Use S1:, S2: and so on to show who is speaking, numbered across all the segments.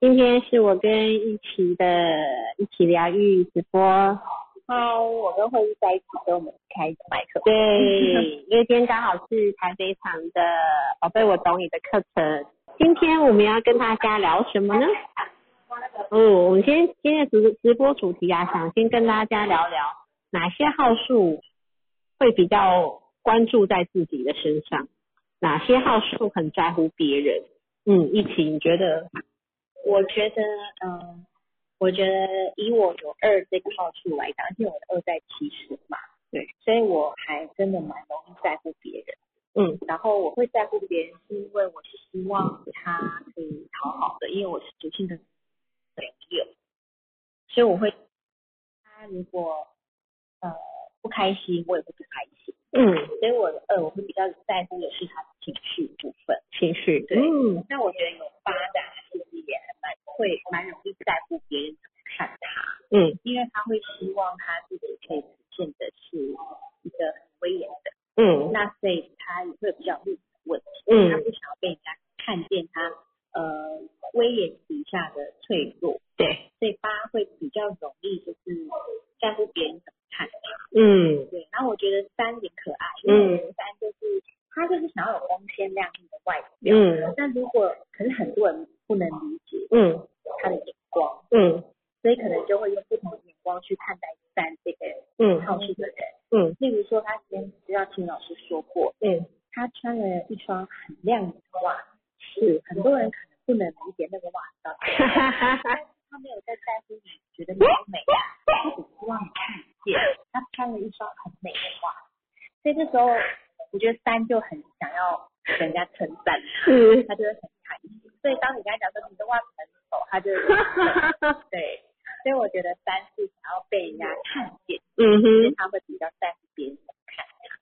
S1: 今天是我跟一起的一起疗愈直播，
S2: 嗨，呃我跟慧玉在一起，所以我们开一个麦克。
S1: 对，因为今天刚好是台北场的“宝贝，我懂你”的课程。今天我们要跟大家聊什么呢？嗯，我们先今天的直直播主题啊，想先跟大家聊聊哪些号数会比较关注在自己的身上，哪些号数很在乎别人。嗯，一起你觉得？
S2: 我觉得，嗯，我觉得以我有二这个号数来讲，因为我的二在七十嘛，对，所以我还真的蛮容易在乎别人。
S1: 嗯，
S2: 然后我会在乎别人，是因为我是希望他可以讨好的，因为我是主性的朋友，所以我会他如果呃不开心，我也会不开心。
S1: 嗯，
S2: 所以我的二我会比较在乎的是他的情绪部分。
S1: 情绪
S2: 对
S1: 嗯
S2: 那我觉得有发展其实也还蛮呃会蛮容易在乎别人怎么看他，
S1: 嗯
S2: 因为他会希望他自己可以呈现的是一个很威严的，
S1: 嗯
S2: 那所以他也会比较面子的问题，
S1: 嗯
S2: 他不想要被人家看见他呃威严底下的脆弱，
S1: 对，
S2: 所以八会比较容易就是在乎别人怎么看他。
S1: 嗯
S2: 对，然后我觉得三也可爱，因为我觉得三就是他就是想要有光鲜亮丽的外表，
S1: 嗯
S2: 但如果可是很多人不能理解
S1: 嗯
S2: 他的眼光，
S1: 嗯
S2: 所以可能就会用不同的眼光去看待三这个人，
S1: 嗯
S2: 好事的人。
S1: 嗯
S2: 例如说，他之前知道秦老师说过，
S1: 嗯
S2: 他穿了一双很亮眼的袜子，是很多人可能不能理解那个袜子到底是什么，但是他没有在在乎你觉得美不美，他只希望你看见他穿了一双很美的袜子，所以这时候我觉得三就很想要人家称赞他。
S1: 是，
S2: 他就会很开心。所以当你跟他讲说你的袜子很丑，他就会对。所以我觉得三是想要被人家看见，
S1: 嗯
S2: 所以
S1: 哼
S2: 他会比较在乎别人。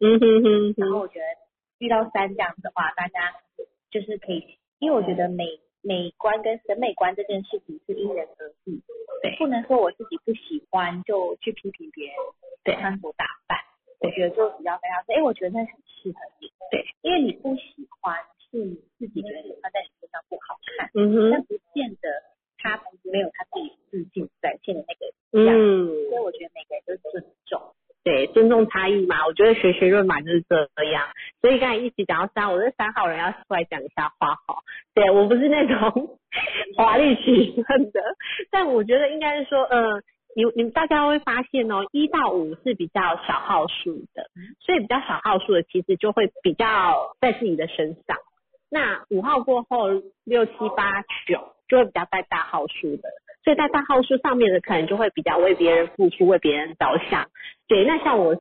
S1: 嗯哼哼
S2: 然后
S1: 哼，
S2: 我觉得遇到三这样子的话，大家就是可以，因为我觉得美美观跟审美观这件事情是因人而异，
S1: 对
S2: 不能说我自己不喜欢就去批评别人
S1: 对
S2: 穿着打扮。
S1: 对
S2: 我觉得就比较跟他说，哎、我觉得那很适合你。
S1: 对，
S2: 因为你不喜欢是你自己觉得你穿在你身上不好看。
S1: 嗯
S2: 但
S1: 哼
S2: 不见得他没有他自己自信展现的那个，
S1: 嗯，
S2: 所以我觉得每个人都尊重。
S1: 对，尊重差异嘛，我觉得学学论嘛就是这样。所以刚才一起讲到三，我这三号人要出来讲一下话哈。对我不是那种 华丽起奋的，但我觉得应该是说，呃，你你们大家会发现哦，一到五是比较小号数的，所以比较小号数的其实就会比较在自己的身上。那五号过后，六七八九就会比较带大号数的，所以在大号数上面的可能就会比较为别人付出、为别人着想。对，那像我是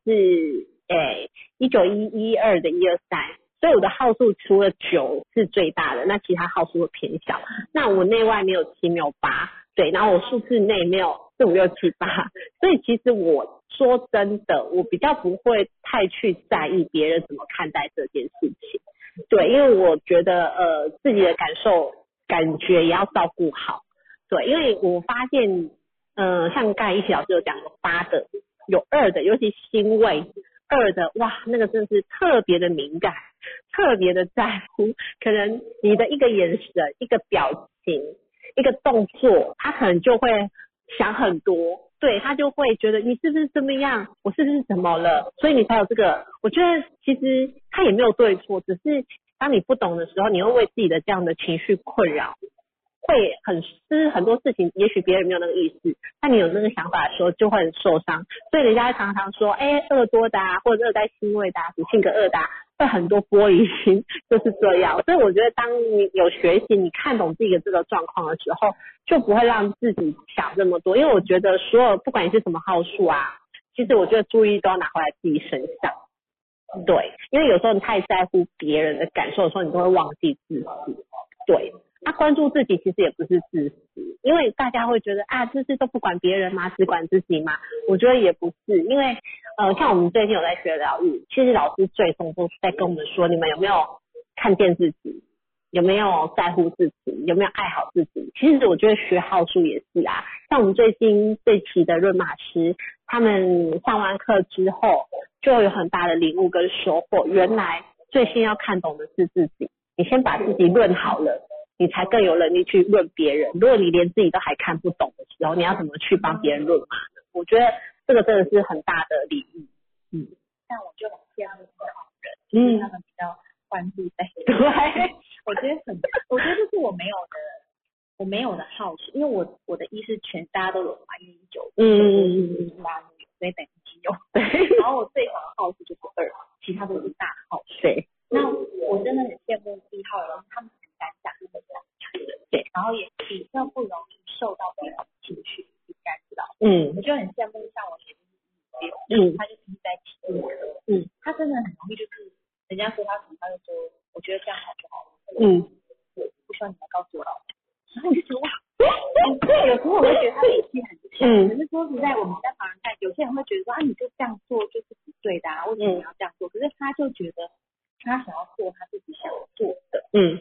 S1: 诶一九一一二的一二三，所以我的号数除了九是最大的，那其他号数会偏小。那我内外没有七没有八，对，然后我数字内没有四五六七八，所以其实我说真的，我比较不会太去在意别人怎么看待这件事情。对，因为我觉得呃自己的感受感觉也要照顾好。对，因为我发现呃像刚才一起老师有讲过八的有二的，尤其腥味二的，哇，那个真的是特别的敏感，特别的在乎。可能你的一个眼神、一个表情、一个动作，他可能就会想很多。对他就会觉得你是不是怎么样，我是不是怎么了，所以你才有这个。我觉得其实他也没有对错，只是当你不懂的时候，你会为自己的这样的情绪困扰，会很就是很多事情，也许别人没有那个意识，但你有那个想法的时候，就会很受伤。所以人家会常常说，哎、恶多的啊，或者恶在心位的啊，你性格恶的啊，会很多玻璃心，就是这样。所以我觉得，当你有学习，你看懂自己的这个状况的时候，就不会让自己想这么多。因为我觉得，所有不管你是什么号数啊，其实我觉得注意都要拿回来自己身上。对，因为有时候你太在乎别人的感受的时候，你都会忘记自己。对，那关注自己其实也不是自私，因为大家会觉得啊，就是都不管别人嘛，只管自己嘛。我觉得也不是，因为呃，像我们最近有在学疗愈，其实老师最终都是在跟我们说，你们有没有看见自己，有没有在乎自己，有没有爱好自己。其实我觉得学好书也是啊，像我们最新这期的润马师，他们上完课之后就有很大的领悟跟收获，原来最先要看懂的是自己。你先把自己论好了，你才更有能力去论别人。如果你连自己都还看不懂的时候，你要怎么去帮别人论嘛？我觉得这个真的是很大的礼物。嗯，
S2: 但我就很羡慕这种人，
S1: 嗯
S2: 就是他们比较关注 在。
S1: 对，
S2: 我觉得很，我觉得这是我没有的，我没有的好奇，因为我我的一是全大家都有怀孕久，
S1: 嗯嗯嗯嗯
S2: 拉女，所以等于只有。
S1: 对
S2: 然后我最小的好奇就是二号，其他都是大号。
S1: 对，
S2: 那我真的很羡慕一号人，他们很敢讲，很敢讲，
S1: 对，
S2: 然后也比较不容易受到别人的情绪应该知道。
S1: 嗯
S2: 我就很羡慕像我姐姐一六，
S1: 嗯
S2: 她就是在起步的，
S1: 嗯，
S2: 她真的很容易就是人家说她什么，她就说我觉得这样好就好了，
S1: 嗯，
S2: 我不需要你来告诉我了。 然后我就觉得哇，对，有时候我会觉得她脾气很强，
S1: 嗯
S2: 可是说实在，我们在旁人看，有些人会觉得说啊，你就这样做就是不对的啊，为什
S1: 嗯
S2: 么你要这样做？可是她就觉得她想要做她自己想做的，
S1: 嗯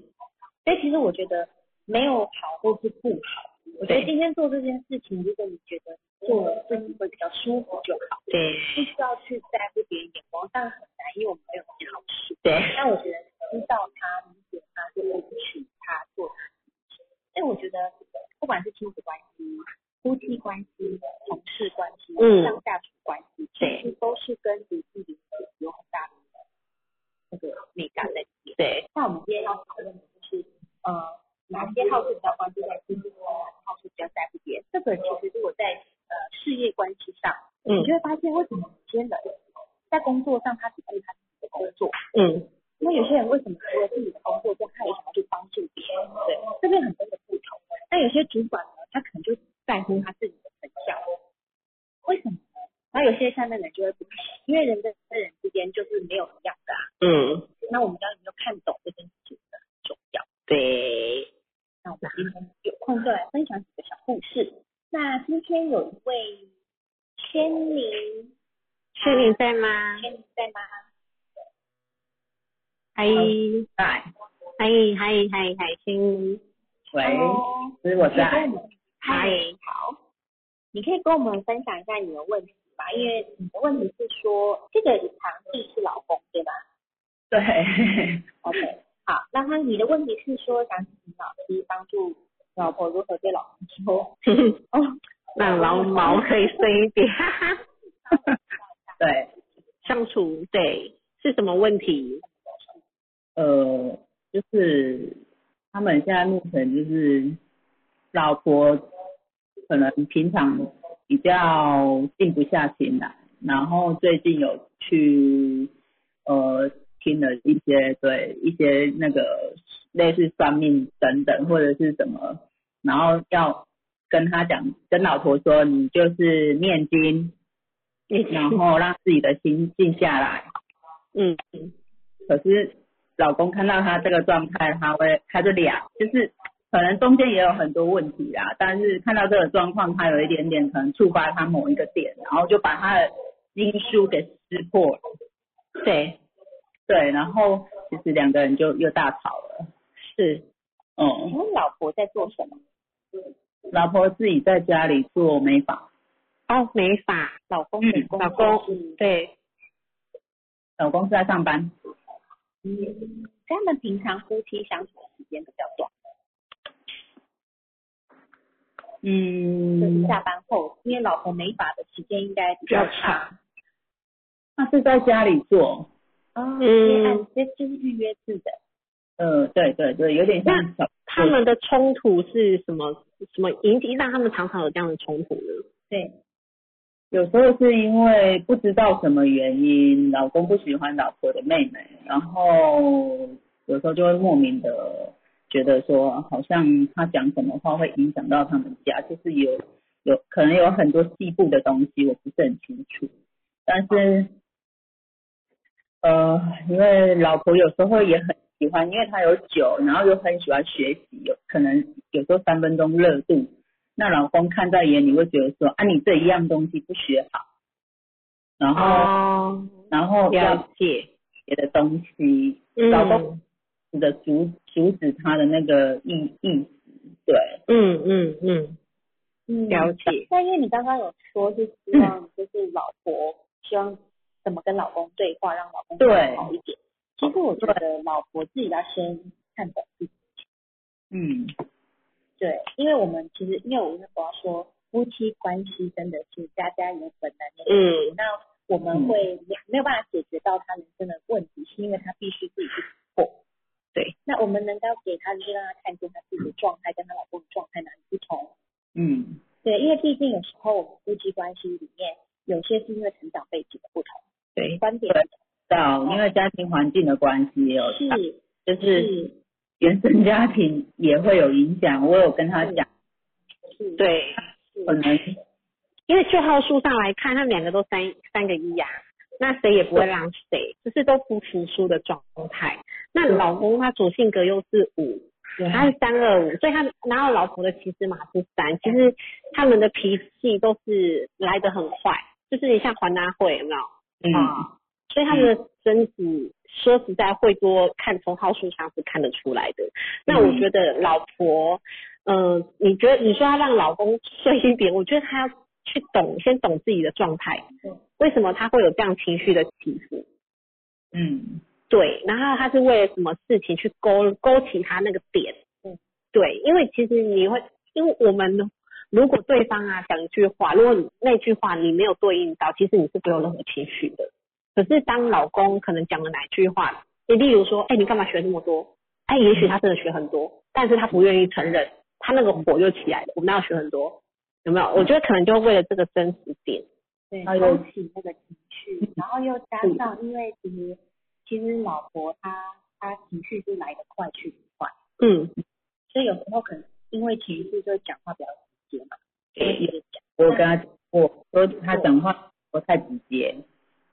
S2: 所以其实我觉得没有好或是不好，我觉得
S1: 对
S2: 今天做这件事情，如果你觉得做了自己会比较舒服就好，
S1: 对
S2: 不需要去在乎别人眼光，但很难，因为我们没有尝试。
S1: 对
S2: 但我觉得知道他、理解他、就允许他做他自己，因为我觉得不管是亲子关系、夫妻关系、同事关系、
S1: 嗯
S2: 上下属关系，其
S1: 对
S2: 实都是跟独自己有很大的那个美感在里面。
S1: 对，
S2: 那我们今天要讨论的就是，呃，哪些号是比较关注在经济上，哪些号是比较在乎别人？这个其实如果在呃事业关系上，
S1: 嗯
S2: 你就会发现为什么有些人在工作上他只顾他自己的工作，
S1: 嗯
S2: 那有些人为什么除了自己的工作之外，他也想要去帮助别人？对，这边很多的不同。那有些主管呢，他可能就在乎他自己的成效，为什么呢？然后有些下面的人就会不，因为人跟人之间就是没有一样的啊。
S1: 嗯，
S2: 那我们要有没有看懂这件事情很重要。
S1: 对，
S2: 那我们今天有空就来分享几个小故事。那今天有一位千宁，
S1: 是你在吗？
S2: 千宁在吗？
S1: 嗨
S3: 在，
S1: 嗨嗨嗨嗨，亲，
S3: 喂，
S2: Hello
S3: 是我
S2: 你可以跟
S3: 在，
S2: 我们嗨，好，你可以跟我们分享一下你的问题吧，因为你的问题是说这个长弟是老公对吧
S3: 对，
S2: ？OK，好，那他你的问题是说想请老师帮助老婆如何对老公说哦，
S1: 让毛毛可以深一点， 哈哈。
S3: 对，
S1: 相处对是什么问题？
S3: 呃，就是他们现在目前就是老婆可能平常比较静不下心来，然后最近有去呃听了一些对一些那个类似算命等等或者是什么，然后要跟他讲跟老婆说你就是念经，
S1: 你
S3: 然后让自己的心静下来。
S1: 嗯
S3: 可是老公看到她这个状态，他会他就俩，就是可能中间也有很多问题啦，但是看到这个状况，他有一点点可能触发他某一个点，然后就把他的经书给撕破了。
S1: 对
S3: 对，然后其实两个人就又大吵了。
S1: 是
S3: 嗯
S2: 请，问老婆在做什么？
S3: 老婆自己在家里做美发，
S1: 哦没法
S2: 老公的工
S1: 老
S2: 作
S1: 公
S2: 是
S1: 对
S3: 老公是在上班。
S2: 嗯，跟他们平常夫妻相处的时间比较短，就是
S3: 嗯，
S2: 下班后，因为老婆美发的时间应该比较长，
S3: 他是在家里做。
S2: 啊，
S1: 嗯
S2: 因为按这就是预约制的，
S3: 呃，对对对，有点像小
S1: 他们的冲突是什么什么引起让他们常常有这样的冲突呢？
S2: 对，
S3: 有时候是因为不知道什么原因，老公不喜欢老婆的妹妹，然后有时候就会莫名的觉得说，好像他讲什么话会影响到他们家，就是有有可能有很多细部的东西我不是很清楚，但是呃，因为老婆有时候也很喜欢，因为她有酒，然后又很喜欢学习，有可能有时候三分钟热度，那老公看在眼里会觉得说啊，你这一样东西不学好，然后、
S1: 哦，
S3: 然后要
S1: 了解，
S3: 别的东西，老公
S1: 嗯
S3: 试着阻阻止他的那个意意思，对，
S1: 嗯嗯嗯，
S2: 嗯
S1: 了解，
S2: 那因为你刚刚有说，是希望就是老婆希望怎么跟老公对话，让老公
S3: 对
S2: 更好一点。其实我觉得老婆自己要先看懂自己，
S3: 嗯，
S2: 对，因为我们其实，因为我跟我说，夫妻关系真的是家家有本难念的经。
S1: 嗯
S2: 那我们会没没有办法解决到他人生的问题，是因为他必须自己去突破。
S1: 对，
S2: 那我们能够给他就是让他看见他自己的状态跟他老公的状态哪里不同。
S3: 嗯，
S2: 对，因为毕竟有时候我们夫妻关系里面，有些是因为成长背景的不同，
S1: 对，
S2: 观点的不
S3: 到因为家庭环境的关系也有
S2: 同，
S3: 差，
S2: 是
S3: 就是原生家庭也会有影响。我有跟他讲，
S2: 是，
S1: 对，
S2: 是
S3: 可能
S1: 因为就号数上来看，他们两个都三三个一呀、啊那谁也不会让谁，就是都不服输的状态。那老公他主性格又是五，他是三二五，所以他拿到老婆的其实马是三，其实他们的脾气都是来得很快，就是你像环大会有没有？
S3: 嗯，
S1: 啊，所以他们的争执，说实在会多看从号数上是看得出来的。那我觉得老婆，嗯、你觉得你说要让老公睡一点，我觉得他要去懂，先懂自己的状态
S2: 嗯，
S1: 为什么他会有这样情绪的起伏？
S3: 嗯
S1: 对，然后他是为了什么事情去勾勾起他那个点？
S2: 嗯，
S1: 对，因为其实你会，因为我们如果对方啊讲一句话，如果你那句话你没有对应到，其实你是不会有任何情绪的。可是当老公可能讲了哪一句话，你例如说，哎，你干嘛学那么多？哎，也许他真的学很多，但是他不愿意承认，他那个火就起来了。我们要学很多，有没有？我觉得可能就为了这个真实点，
S2: 对，
S3: 还有嗯
S2: 勾起那个情绪，然后又加上，因为其实其实老婆她她情绪是来得快去得快，
S1: 嗯，
S2: 所以有时候可能因为情绪就讲话比较直接嘛，就会直接讲。
S3: 我有跟他讲过，说他讲话不太直接，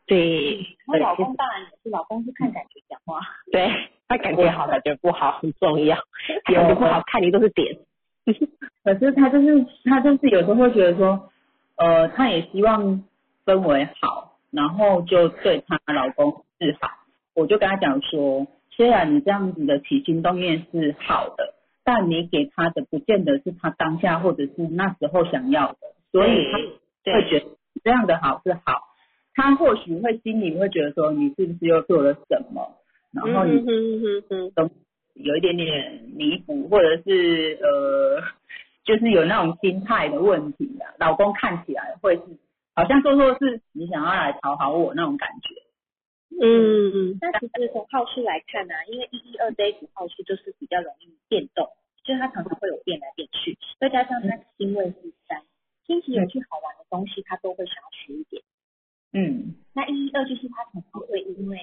S1: 对
S2: 那老公当然也是，老公是看感觉讲话，
S1: 对，他感觉好，感觉不好很重要，感觉不好看你都是点。
S3: 可是他就是他就是有时候会觉得说，呃，他也希望氛围好，然后就对她老公示好。我就跟他讲说，虽然你这样子的起心动念是好的，但你给他的不见得是他当下或者是那时候想要的，所以他会觉得这样的好是好。他或许会心里会觉得说，你是不是又做了什么？然后你
S1: 嗯哼哼哼，
S3: 有一点点弥补，或者是呃， 就是有那种心态的问题啊。老公看起来会是好像说说是你想要来讨好我那种感觉，
S1: 嗯嗯
S2: 那其实从号数来看呢、啊，因为一一二这一组号数就是比较容易变动，就是它常常会有变来变去，再加上它的
S1: 嗯
S2: 星位是三，新奇有趣好玩的东西，他都会想要学一点。
S3: 嗯
S2: 那一一二就是他可能会因为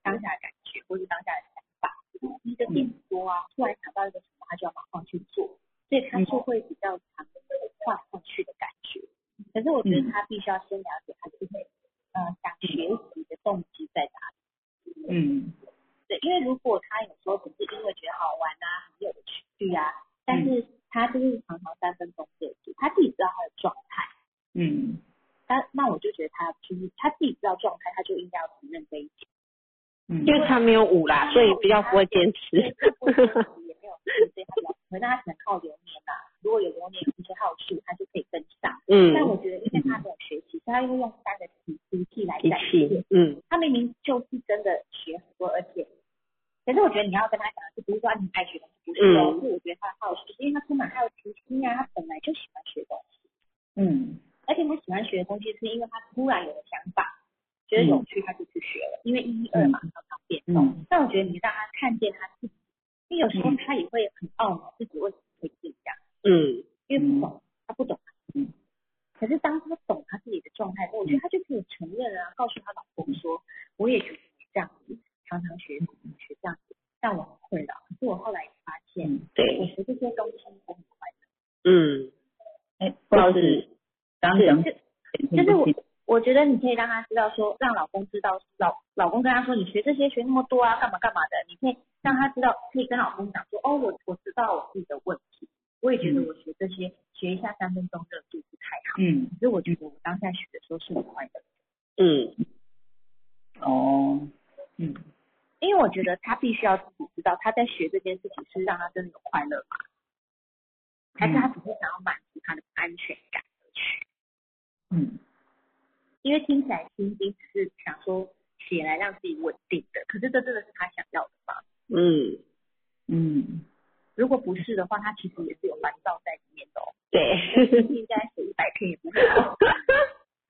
S2: 当下的感觉或是当下的想法，一个变多啊，突然想到一个什么，他就要马上去做，所以他就会比较常有换上去的感觉。可是我觉得他必须要先了解他自己，呃，想学习的动机在哪里。
S3: 嗯
S2: 对，因为如果他有时候只是因为觉得好玩啊，很有趣啊，但是他就是常常三分钟热度，他自己知道他的状态。
S3: 嗯
S2: 那那我就觉得他就是他自己知道状态，他就应该要承认这一点。
S3: 嗯
S1: 因为他没有舞啦，所以比较不会坚
S2: 对，
S1: 持。
S2: 这部分也没有时间，他比较可能他只能靠流年啦、如果有流年有一些好处，他就可以跟上。
S1: 嗯，
S2: 但我觉得，因为他没有学习，所以他又用三个体体系来
S1: 脾
S2: 展现
S1: 气。，嗯，
S2: 他明明就是真的学很多，而且，可是我觉得你要跟他讲，是不是说你爱学东西，不是哦，
S1: 嗯
S2: 是我觉得他的好奇，因为他充满好奇心啊，他本来就喜欢学东西，
S3: 嗯
S2: 而且他喜欢学的东西是因为他突然有了想法，觉得有趣，他就去学了，因为一一二嘛，常常变动。
S3: 嗯
S2: 但我觉得你让他看见他自己，因为有时候他也会很懊恼自己为什么会这样，
S1: 嗯，
S2: 因为不懂，他不懂。
S3: 嗯。
S2: 可是当他懂他自己的状态之后，我觉得他就可以承认啊，告诉他老公说，我也觉得你这样子，常常学学这样子，让我很困扰。可是我后来发现，
S3: 嗯，
S2: 我
S1: 对，
S2: 学这些东西我很快
S1: 嗯，
S3: 哎，
S1: 不好
S3: 或
S1: 意思
S3: 是刚
S2: 乐。
S3: 讲
S2: 是
S3: 听嗯不
S2: 就
S3: 清
S2: 是我，我觉得你可以让他知道说，让老公知道老老公跟他说，你学这些学那么多啊，干嘛干嘛的，你可以让他知道，可以跟老公讲说，哦，我我知道我自己的问题，我也觉得我学这些、学一下三分钟热度不太好，
S3: 嗯
S2: 可是我觉得我当下学的时候是很快乐的，
S1: 嗯，
S3: 哦嗯
S2: 因为我觉得他必须要自己知道他在学这件事情是让他真的有快乐吗？还是他只是想要满足他的安全感而去？
S3: 嗯
S2: 因为听起来心经只是想说写来让自己稳定的，可是这真的是他想要的吗？
S1: 嗯，
S3: 嗯
S2: 如果不是的话，它其实也是有烦躁在里面的哦。
S1: 对，
S2: 应该写一百篇也不会好，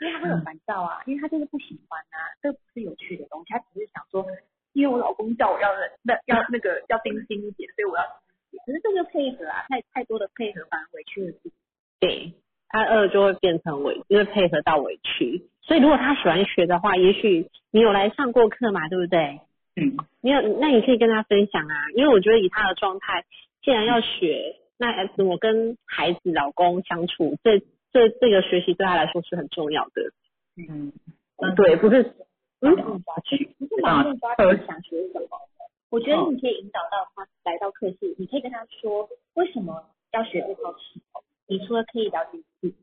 S2: 因为他会有烦躁啊，因为他就是不喜欢啊，这不是有趣的东西，他只是想说，因为我老公叫我要忍，那要那个要精心一点，所以我要一点，只是这个配合啊，太太多的配合反而委屈了自己。
S1: 对，他二就会变成委，就是配合到委屈。所以如果他喜欢学的话，也许你有来上过课嘛，对不对？
S3: 嗯，
S1: 你有，那你可以跟他分享啊，因为我觉得以他的状态，既然要学，那怎么跟孩子、老公相处，这这这个学习对他来说是很重要的。
S3: 嗯，
S1: 对，不是，嗯，
S2: 抓取，不是盲目抓取想学什么。我觉得你可以引导到他来到课室，你可以跟他说为什么要学这套系统。你除了可以了解自己，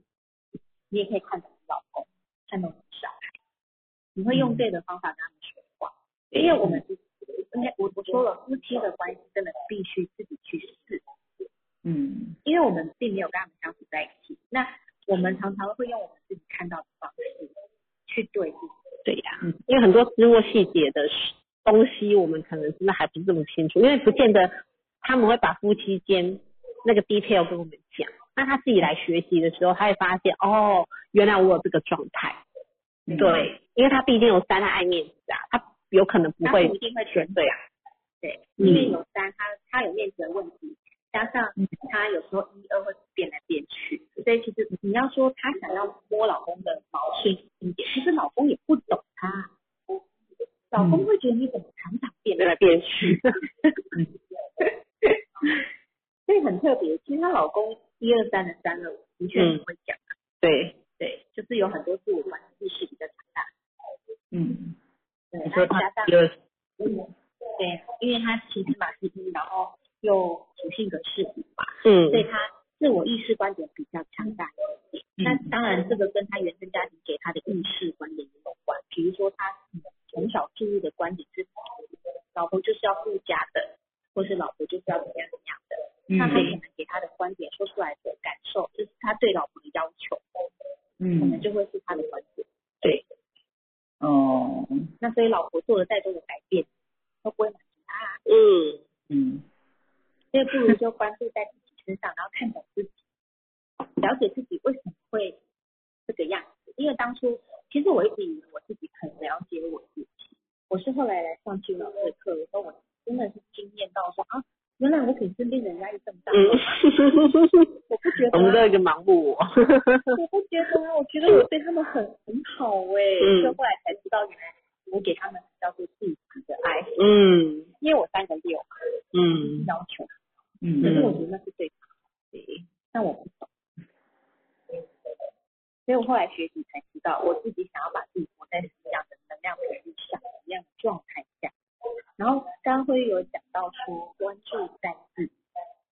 S2: 你也可以看懂你老公，看懂你小孩，你会用对的方法跟他们说话。因为我们应该我我说了，夫妻的关系真的必须自己去试，
S3: 嗯，
S2: 因为我们并没有跟他们相处在一起。那我们常常会用我们自己看到的方式去对自己。
S1: 对呀、
S3: 嗯
S1: 因为很多失落细节的东西，我们可能真的还不是这么清楚，因为不见得他们会把夫妻间那个 detail 跟我们讲。那他自己来学习的时候，他会发现哦，原来我有这个状态。
S3: 嗯，
S1: 对，因为他毕竟有三，他爱面子啊，他有可能不
S2: 他
S1: 会
S2: 不一定会全
S1: 对啊，
S2: 对，
S1: 嗯
S2: 因为有三，他他有面子的问题，加上他有时候一二会变来变去，所以其实你要说他想要摸老公的毛顺一点，其实老公也不懂他，老公会觉得你怎么常常变
S1: 变来
S2: 来，
S1: 变去。
S2: 所以很特别。其实她老公一二三的三二五的确很会讲，
S1: 对，
S2: 对，就是有很多自我管理意识比较强大，
S3: 嗯，
S2: 对，
S3: 你
S2: 然
S3: 说
S2: 后
S3: 他
S2: 加上嗯
S3: 第二，
S2: 对，因为他骑马是一，然后又属性格是五嘛，
S1: 嗯
S2: 所以，他自我意识观点比较强大一点。那
S3: 嗯
S2: 当然，这个跟他原生家庭给他的意识观点也有关。比如说，他从小注入的观点是，老婆就是要顾家的，或是老婆就是要怎样怎样的。
S3: 嗯
S2: 那他可能给他的观点说出来的感受，就是他对老婆的要求，可能
S3: 嗯，
S2: 就会是他的观点。
S3: 哦，
S2: 那所以，老婆做了再多的改变，都不会满足他。啊
S1: 嗯，
S3: 嗯
S2: 所以不如就关注在自己身上，然后看懂自己，了解自己为什么会这个样子。因为当初其实我一直以为我自己很了解我自己，我是后来来上金老师的课的时候，我真的是惊艳到说啊，原来我只是令人压力这么大，
S1: 嗯，
S2: 我不觉 得
S1: 我们
S2: 啊、
S1: 都有一个盲目我。
S2: 我不觉得啊，我觉得我对他们很很好哎、
S1: 嗯
S2: 所以后来才知道原来我给他们叫做自己的爱，
S1: 嗯
S2: 因为我三个六嘛
S1: 嗯，
S2: 要求，
S3: 嗯
S2: 可是我
S3: 嗯
S2: 觉得那是对的，但我不懂。所以我后来学习才知道，我自己想要把自己活在什么样的能量频率上，什么样的状态下。然后刚刚会有讲到说关注在自己，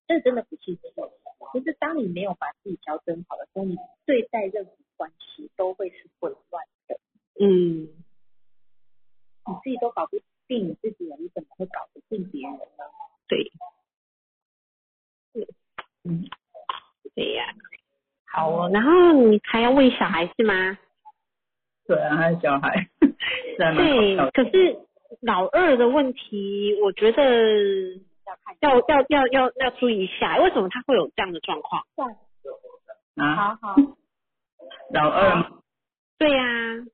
S2: 这真的不是自由。就是当你没有把自己调整好的时候，你对待任何关系都会是混乱的，
S1: 嗯，
S2: 你自己都搞不定你自己了，你怎么会搞得定别人呢？
S1: 对，
S3: 嗯，
S1: 对呀、好哦，然后你还要喂小孩是吗？
S3: 对啊，还有小孩， 是还蛮好
S1: 对
S3: 笑，的
S1: 可是老二的问题，我觉得
S2: 要看
S1: 要要要要要注意一下，为什么他会有这样的状况？
S3: 啊，
S2: 好好，
S3: 老二吗
S1: 对呀、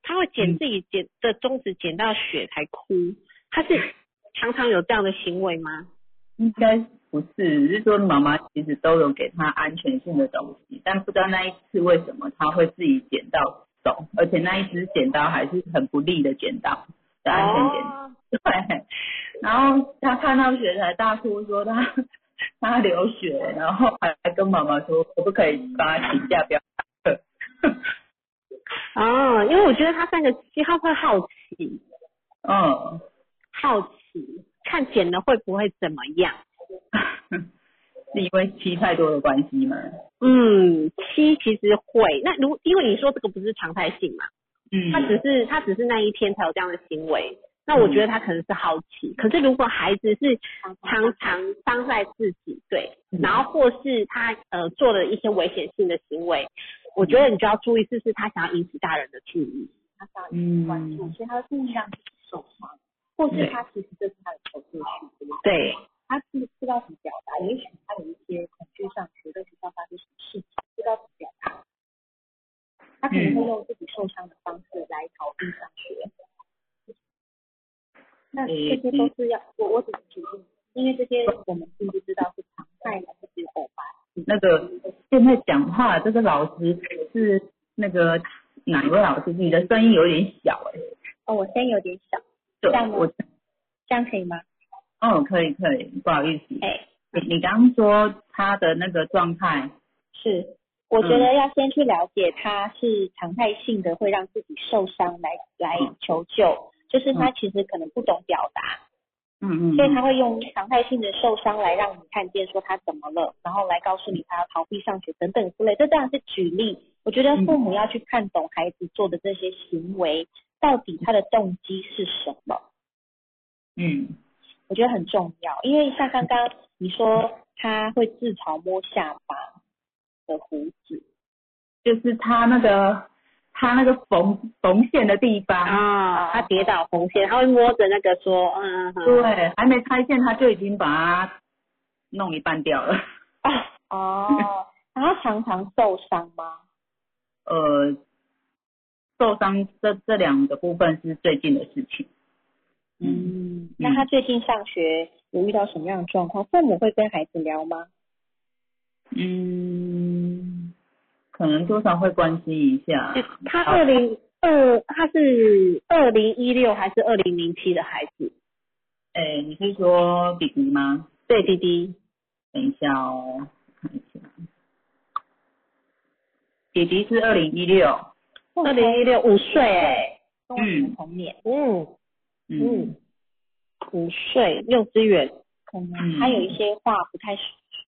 S1: 他会剪自己剪的中指剪到血才哭，他是常常有这样的行为吗？
S3: 应该不是，是说妈妈其实都有给他安全性的东西，但不知道那一次为什么他会自己剪到手，而且那一只剪刀还是很不利的剪刀的安全剪刀。
S1: 哦，
S3: 对，然后他看到血才大哭，说他他流血，然后还跟妈妈说可不可以帮他请假，不要上课。
S1: 哦，因为我觉得他三个七号会好奇，
S3: 嗯，
S1: 好奇看剪了会不会怎么样？
S3: 是因为吃太多的关系嘛。
S1: 嗯，七其实会，那如因为你说这个不是常态性嘛，
S3: 嗯，
S1: 他只是他只是那一天才有这样的行为，那我觉得他可能是好奇。可是如果孩子是
S2: 常常
S1: 常常伤害自己，对，
S3: 嗯
S1: 然后或是他呃做了一些危险性的行为，我觉得你就要注意，是不是他想要引起大人的注意？
S2: 他想要
S3: 嗯
S2: 关注，所以他故意让自己受伤，或是
S3: 对
S2: 他其实这是他的投射训练。
S1: 对，
S2: 他是知道怎么表达，也许他有一些恐惧上觉得学校发生什么事情，不知道怎么表达，他可能会用自己受伤的方式来逃避上学。那这些都是
S3: 嗯
S2: 要我我只是举例，因为这些我们并不知道是常态还是偶发。
S3: 那个现在讲话，这个老师是那个哪一位老师？你的声音有点小哎、
S2: 哦，我声音有点小，
S3: 对
S2: 这样，吗
S3: 我
S2: 这样可以吗？
S3: 嗯，可以可以，不好意思，
S2: 哎、
S3: 你你刚刚说他的那个状态，
S2: 是，我觉
S3: 嗯
S2: 得要先去了解他是常态性的会让自己受伤来来
S3: 嗯
S2: 求救，就是他其实可能不懂表达，
S3: 嗯嗯，
S2: 所以他会用常态性的受伤来让你看见说他怎么了，然后来告诉你他要逃避上学等等之类。这当然是举例，我觉得父
S3: 嗯
S2: 母要去看懂孩子做的这些行为，到底他的动机是什么。
S3: 嗯
S2: 我觉得很重要，因为像刚刚你说他会自嘲摸下巴的胡子，
S3: 就是他那个他那个缝缝线的地方，
S1: 啊，他跌倒红线，他会摸着那个说，嗯，嗯嗯
S3: 对，还没开线他就已经把它弄一半掉了。
S2: 哦， 然后常常受伤吗？
S3: 呃，受伤这这两个部分是最近的事情。嗯，
S2: 嗯，那他最近上学有遇到什么样的状况？父母会跟孩子聊吗？
S3: 嗯，可能多少会关心一下。
S1: 他二零二，呃他是二零一六还是二零零七的孩子？
S3: 哎，你是说弟弟吗？
S1: 对，弟弟，
S3: 等一下哦，看一下。弟弟是二零一六，
S1: 二零一六五岁哎，
S2: 跟我们的童年，
S1: 嗯
S3: 嗯，
S1: 五岁幼稚园，
S2: 可能
S1: 嗯
S2: 他有一些话不太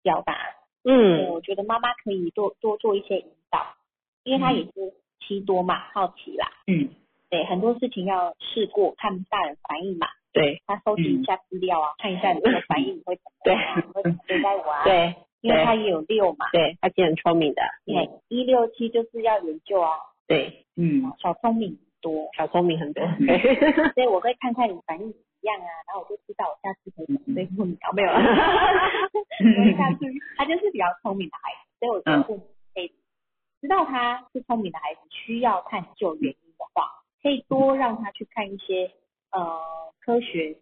S2: 表达，对，
S1: 嗯
S2: 我觉得妈妈可以多多做一些引导，因为他也是七多嘛，好奇啦，
S3: 嗯，
S2: 对，很多事情要试过，看大人反应嘛，
S1: 对
S2: 他收集
S1: 嗯
S2: 一下资料啊，看一下你的反应你会怎么样啊，你会怎么对待我啊？，
S1: 对嗯
S2: 因为他也有六嘛，
S1: 对，他其实很聪明的，
S2: 对，一六七就是要研究啊，
S1: 对，
S3: 嗯，
S2: 小聪明多，
S1: 小聪明很多，
S3: 嗯
S1: 对
S2: 所以我会看看你反应怎么样啊，然后我就知道我下次可以怎
S1: 嗯
S2: 么对付你，有没 有？所以下次他就是比较聪明的孩子，所以我觉
S1: 嗯
S2: 得父母可以知道他是聪明的孩子，需要探究原因的话，可以多让他去看一些呃科学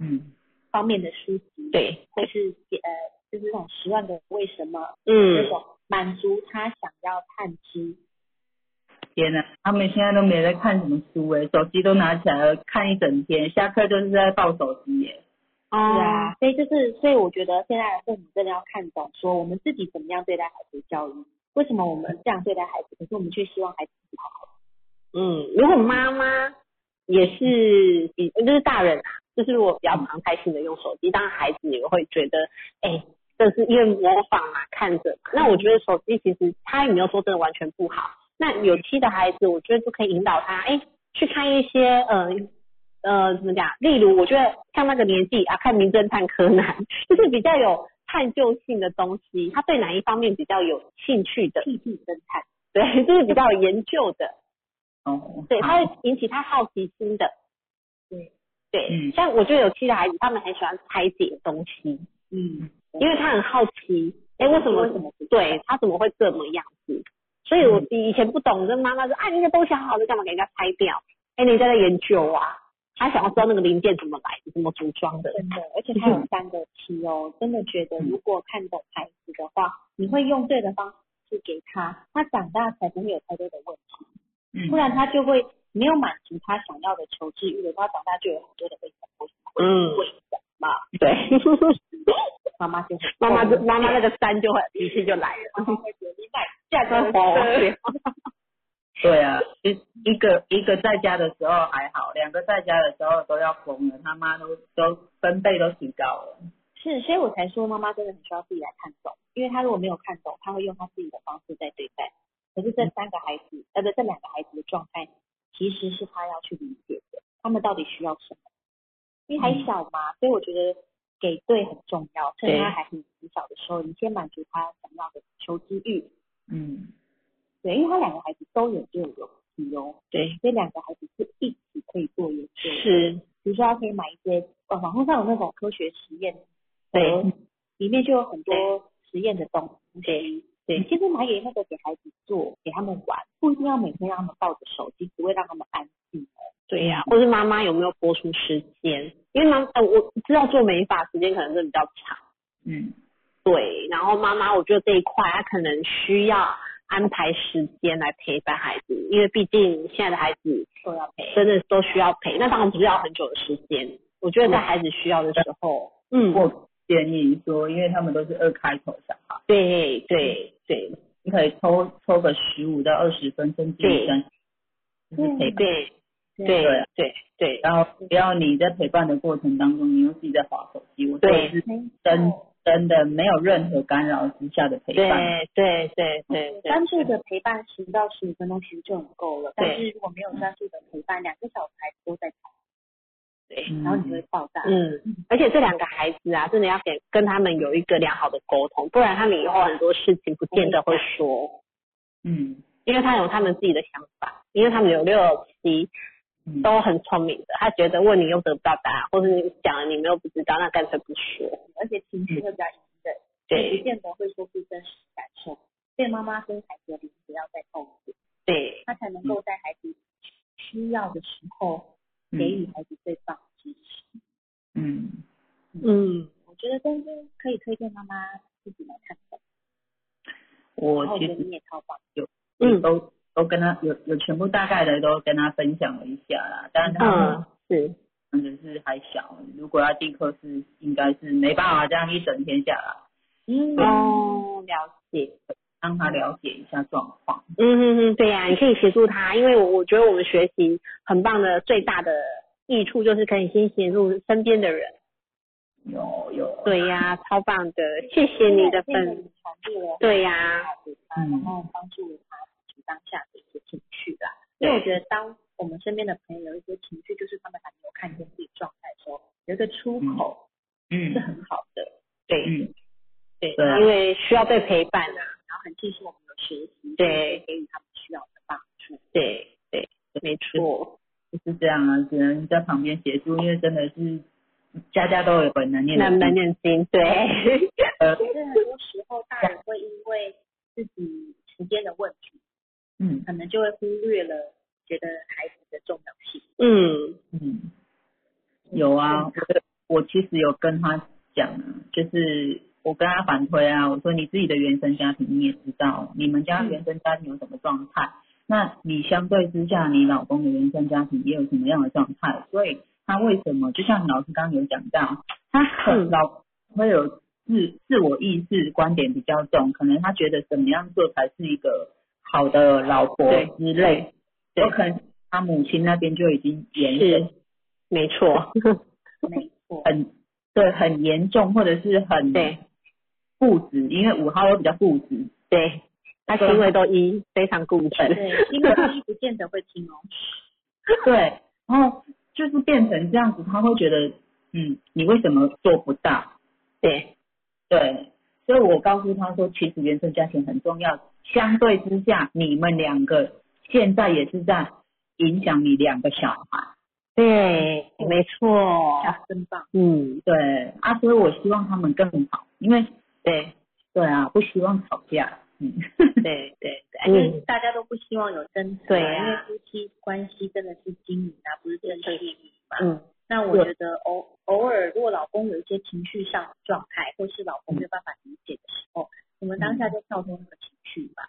S3: 嗯，
S2: 方面的书 籍，
S1: 对，
S2: 或是呃就是那种十万个为什么那
S1: 嗯，
S2: 种满足他想要探知。
S3: 天呐，他们现在都没在看什么书哎，手机都拿起来了看一整天，下课就是在抱手机耶。
S2: 对
S1: 哦
S2: 啊，，所以就是，所以我觉得现在的父母真的要看懂，说我们自己怎么样对待孩子的教育，为什么我们这样对待孩子，可是我们却希望孩子自己好好。
S1: 嗯，如果妈妈也是比就是大人啊，就是我比较常态性的用手机，当然孩子也会觉得，哎、这是因为模仿嘛，看着嘛。那我觉得手机其实他也没有说真的完全不好。那有期的孩子，我觉得就可以引导他，哎、去看一些呃呃怎么讲，例如我觉得像那个年纪啊，看《名侦探柯南》，就是比较有探究性的东西，他对哪一方面比较有兴趣的，
S2: 屁屁侦探，
S1: 对，就是比较有研究的。
S3: 哦，
S1: 对，
S3: 好
S1: 它会引起他好奇心的。
S2: 对
S1: 对，
S3: 嗯
S1: 像我觉得有七的孩子，他们很喜欢拆解东西，
S2: 嗯，
S1: 因为他很好奇，哎、为什么
S2: 为什么不
S1: 对他怎么会这么样子？所以我以前不懂，跟妈妈说，啊，那个东西好好的，干嘛给人家拆掉？哎、你在那研究啊？他想要知道那个零件怎么来的，怎么组装的。
S2: 真的，而且他有三个七哦，真的觉得如果看懂孩子的话，你会用对的方式给他，他长大才不会有太多的问题，
S3: 嗯
S2: 不然他就会没有满足他想要的求知欲，他长大就有很多的被什么
S1: 嗯，
S2: 为什么？
S1: 对，
S2: 妈妈就会
S1: 妈妈就妈妈那个三就会脾气就来了，
S2: 妈妈会觉得你买
S1: 下 个
S2: 哦
S1: 火
S3: 对啊，一一个一个在家的时候还好，两个在家的时候都要疯了，他妈都都分贝都提高了。
S2: 是，所以我才说妈妈真的很需要自己来看懂，因为她如果没有看懂，她会用她自己的方式在对待。可是
S1: 嗯
S2: 这三个孩子，呃，不，这两个孩子的状态，其实是她要去理解的，他们到底需要什么？因为还小嘛，所以我觉得给对很重要，
S1: 嗯
S2: 趁
S1: 对
S2: 他还很很小的时候，你先满足他想要的求知欲。
S3: 嗯
S2: 对，因为他两个孩子都有这种理哦，
S1: 对，
S2: 所以两个孩子是一起可以做研究的。
S1: 是，
S2: 比如说他可以买一些，呃，网络上有那种科学实验
S1: 对，
S2: 里面就有很多实验的东西。
S1: 哦对对
S2: 你现在买给那个给孩子做，给他们玩，不一定要每天让他们抱着手机，只会让他们安静。
S1: 对呀、或是妈妈有没有播出时间？因为妈，呃，我知道做美发时间可能是比较长，
S3: 嗯，
S1: 对。然后妈妈，我觉得这一块她可能需要安排时间来陪伴孩子，因为毕竟现在的孩子
S2: 都要陪。
S1: 真的都需要陪，那当然不是要很久的时间。我觉得在孩子需要的时候，嗯，
S3: 我建议说，因为他们都是二开头小孩，
S1: 对对对
S3: 你可以抽抽个十五到二十分甚至
S1: 对
S3: 一分，就是陪伴。
S1: 对对
S2: 对
S1: 对对对
S3: 然后不嗯啊要你在陪伴的过程当中，你又自己在划手机，我说
S1: 对
S3: 的是
S2: 没
S3: 真
S2: 错
S3: 真的没有任何干扰之下的陪伴。嗯
S1: 对对对对对，
S2: 专注的陪伴十到十五分钟其实就很够了，但是如果没有专注的陪伴，两个小时孩子都在吵，
S3: 嗯
S2: 然后你就会爆炸。
S1: 嗯，而且这两个孩子啊，真的要给跟他们有一个良好的沟通，不然他们以后很多事情不见得会说，
S3: 嗯
S1: 因为他有他们自己的想法，因为他们有六有七
S3: 嗯，
S1: 都很聪明的，他觉得问你又得不到答案，或者你讲了你们又不知道，那干脆不说。
S2: 而且情绪会比较隐忍，也不
S1: 嗯对
S2: 见得会说出真实感受。所以妈妈跟孩子的连接要再够一点，
S1: 对
S2: 她才能够在孩子需要的时候给予孩子最棒的支持。
S3: 嗯，
S1: 嗯，
S2: 我觉得真的可以推荐妈妈自己来看看，
S3: 我
S2: 然后我
S3: 其
S2: 觉得
S3: 实
S2: 你也超棒。
S1: 嗯
S3: 都都跟他有有全部大概的都跟他分享了一下啦，但是他们
S1: 嗯是，
S3: 可能是还小，如果要进课是应该是没办法这样一整天下来，
S2: 嗯
S1: 哦，了解。
S3: 让他了解一下状况。
S1: 嗯哼哼，对呀、你可以协助他，因为我我觉得我们学习很棒的最大的益处就是可以先协助身边的人。
S3: 有有，
S1: 对呀、超棒的，谢谢你的分。，
S2: 传递了
S1: 对呀、
S3: 嗯
S2: 然后帮助他处当下的一些情绪啦。因为我觉得，当我们身边的朋友有一些情绪，就是他们还没有看见自己状态的时候，有一个出口
S3: 嗯
S2: 是很好的，
S1: 对
S3: 嗯
S1: 对
S3: 对啊
S1: 因为需要被陪伴啊。
S2: 然后很庆幸我们有学习，
S1: 对
S2: 给予他们需要的帮助。
S1: 对对，没错。
S3: 就是这样啊，只能在旁边协助，因为真的是家家都有本难念的
S1: 那
S3: 经，
S1: 门念经，对
S3: 呃
S2: 其实很多时候，大人会因为自己时间的问题，
S3: 嗯
S2: 可能就会忽略了觉得孩子的重要性。
S1: 嗯
S3: 嗯，有啊，我我其实有跟他讲啊，就是我跟他反推啊，我说你自己的原生家庭你也知道，你们家原生家庭有什么状态，那你相对之下，你老公的原生家庭也有什么样的状态，所以他为什么就像老师刚刚有讲到，他
S1: 嗯
S3: 很老会有自自我意识观点比较重，可能他觉得怎么样做才是一个好的老婆
S1: 对
S3: 之类，
S1: 对
S3: 有可能他母亲那边就已经延伸
S1: 是，没错，
S2: 没错，
S3: 很对很严重，或者是很
S1: 对
S3: 固执，因为五号又比较固执，
S1: 对，他行为都一非常固执。
S2: 对，因为第一不见得会听 哦。
S3: 对，然后就是变成这样子，他会觉得嗯，你为什么做不到？
S1: 对
S3: 对，所以我告诉他说，其实原生家庭很重要。相对之下，你们两个现在也是在影响你两个小孩。
S1: 对，没错。
S2: 啊，真棒！
S1: 嗯，
S3: 对啊，所以我希望他们更好，因为
S1: 对
S3: 对啊，不希望吵架。 嗯，
S1: 对对对，
S2: 因为
S1: 嗯，
S2: 大家都不希望有争执，
S1: 对
S2: 因为
S1: 啊
S2: 夫妻关系真的是经营啊，不是正确利益嘛。
S1: 嗯，
S2: 那我觉得偶偶尔，如果老公有一些情绪上的状态，或是老公没有办法理解的时候，我们当下就跳脱那个情绪吧，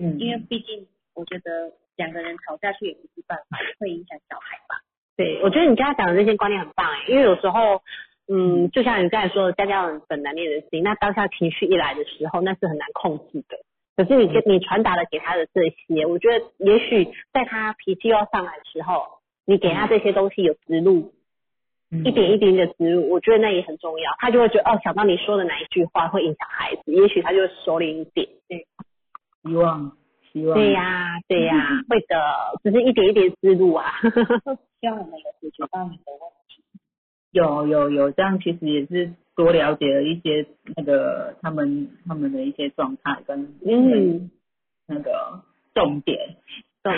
S3: 嗯
S2: 因为毕竟我觉得两个人吵下去也不是办法，也会影响小孩吧。
S1: 对，我觉得你刚才讲的这些观念很棒哎，因为有时候，嗯，就像你刚才说的，家家有本难念的经，那当下情绪一来的时候，那是很难控制的。可是你跟你传达了给他的这些，我觉得也许在他脾气要上来的时候，你给他这些东西有植入，一点一点的植入，我觉得那也很重要。他就会觉得哦，想到你说的哪一句话会影响孩子，也许他就会收敛一点。
S3: 希望，希望。
S1: 对呀、对呀、会的，只是一点一点植入啊。
S2: 希望我们有解决到你的问题。
S3: 有有有，这样其实也是多了解了一些那个他们他们的一些状态跟
S1: 嗯。
S3: 那个重点。
S1: 懂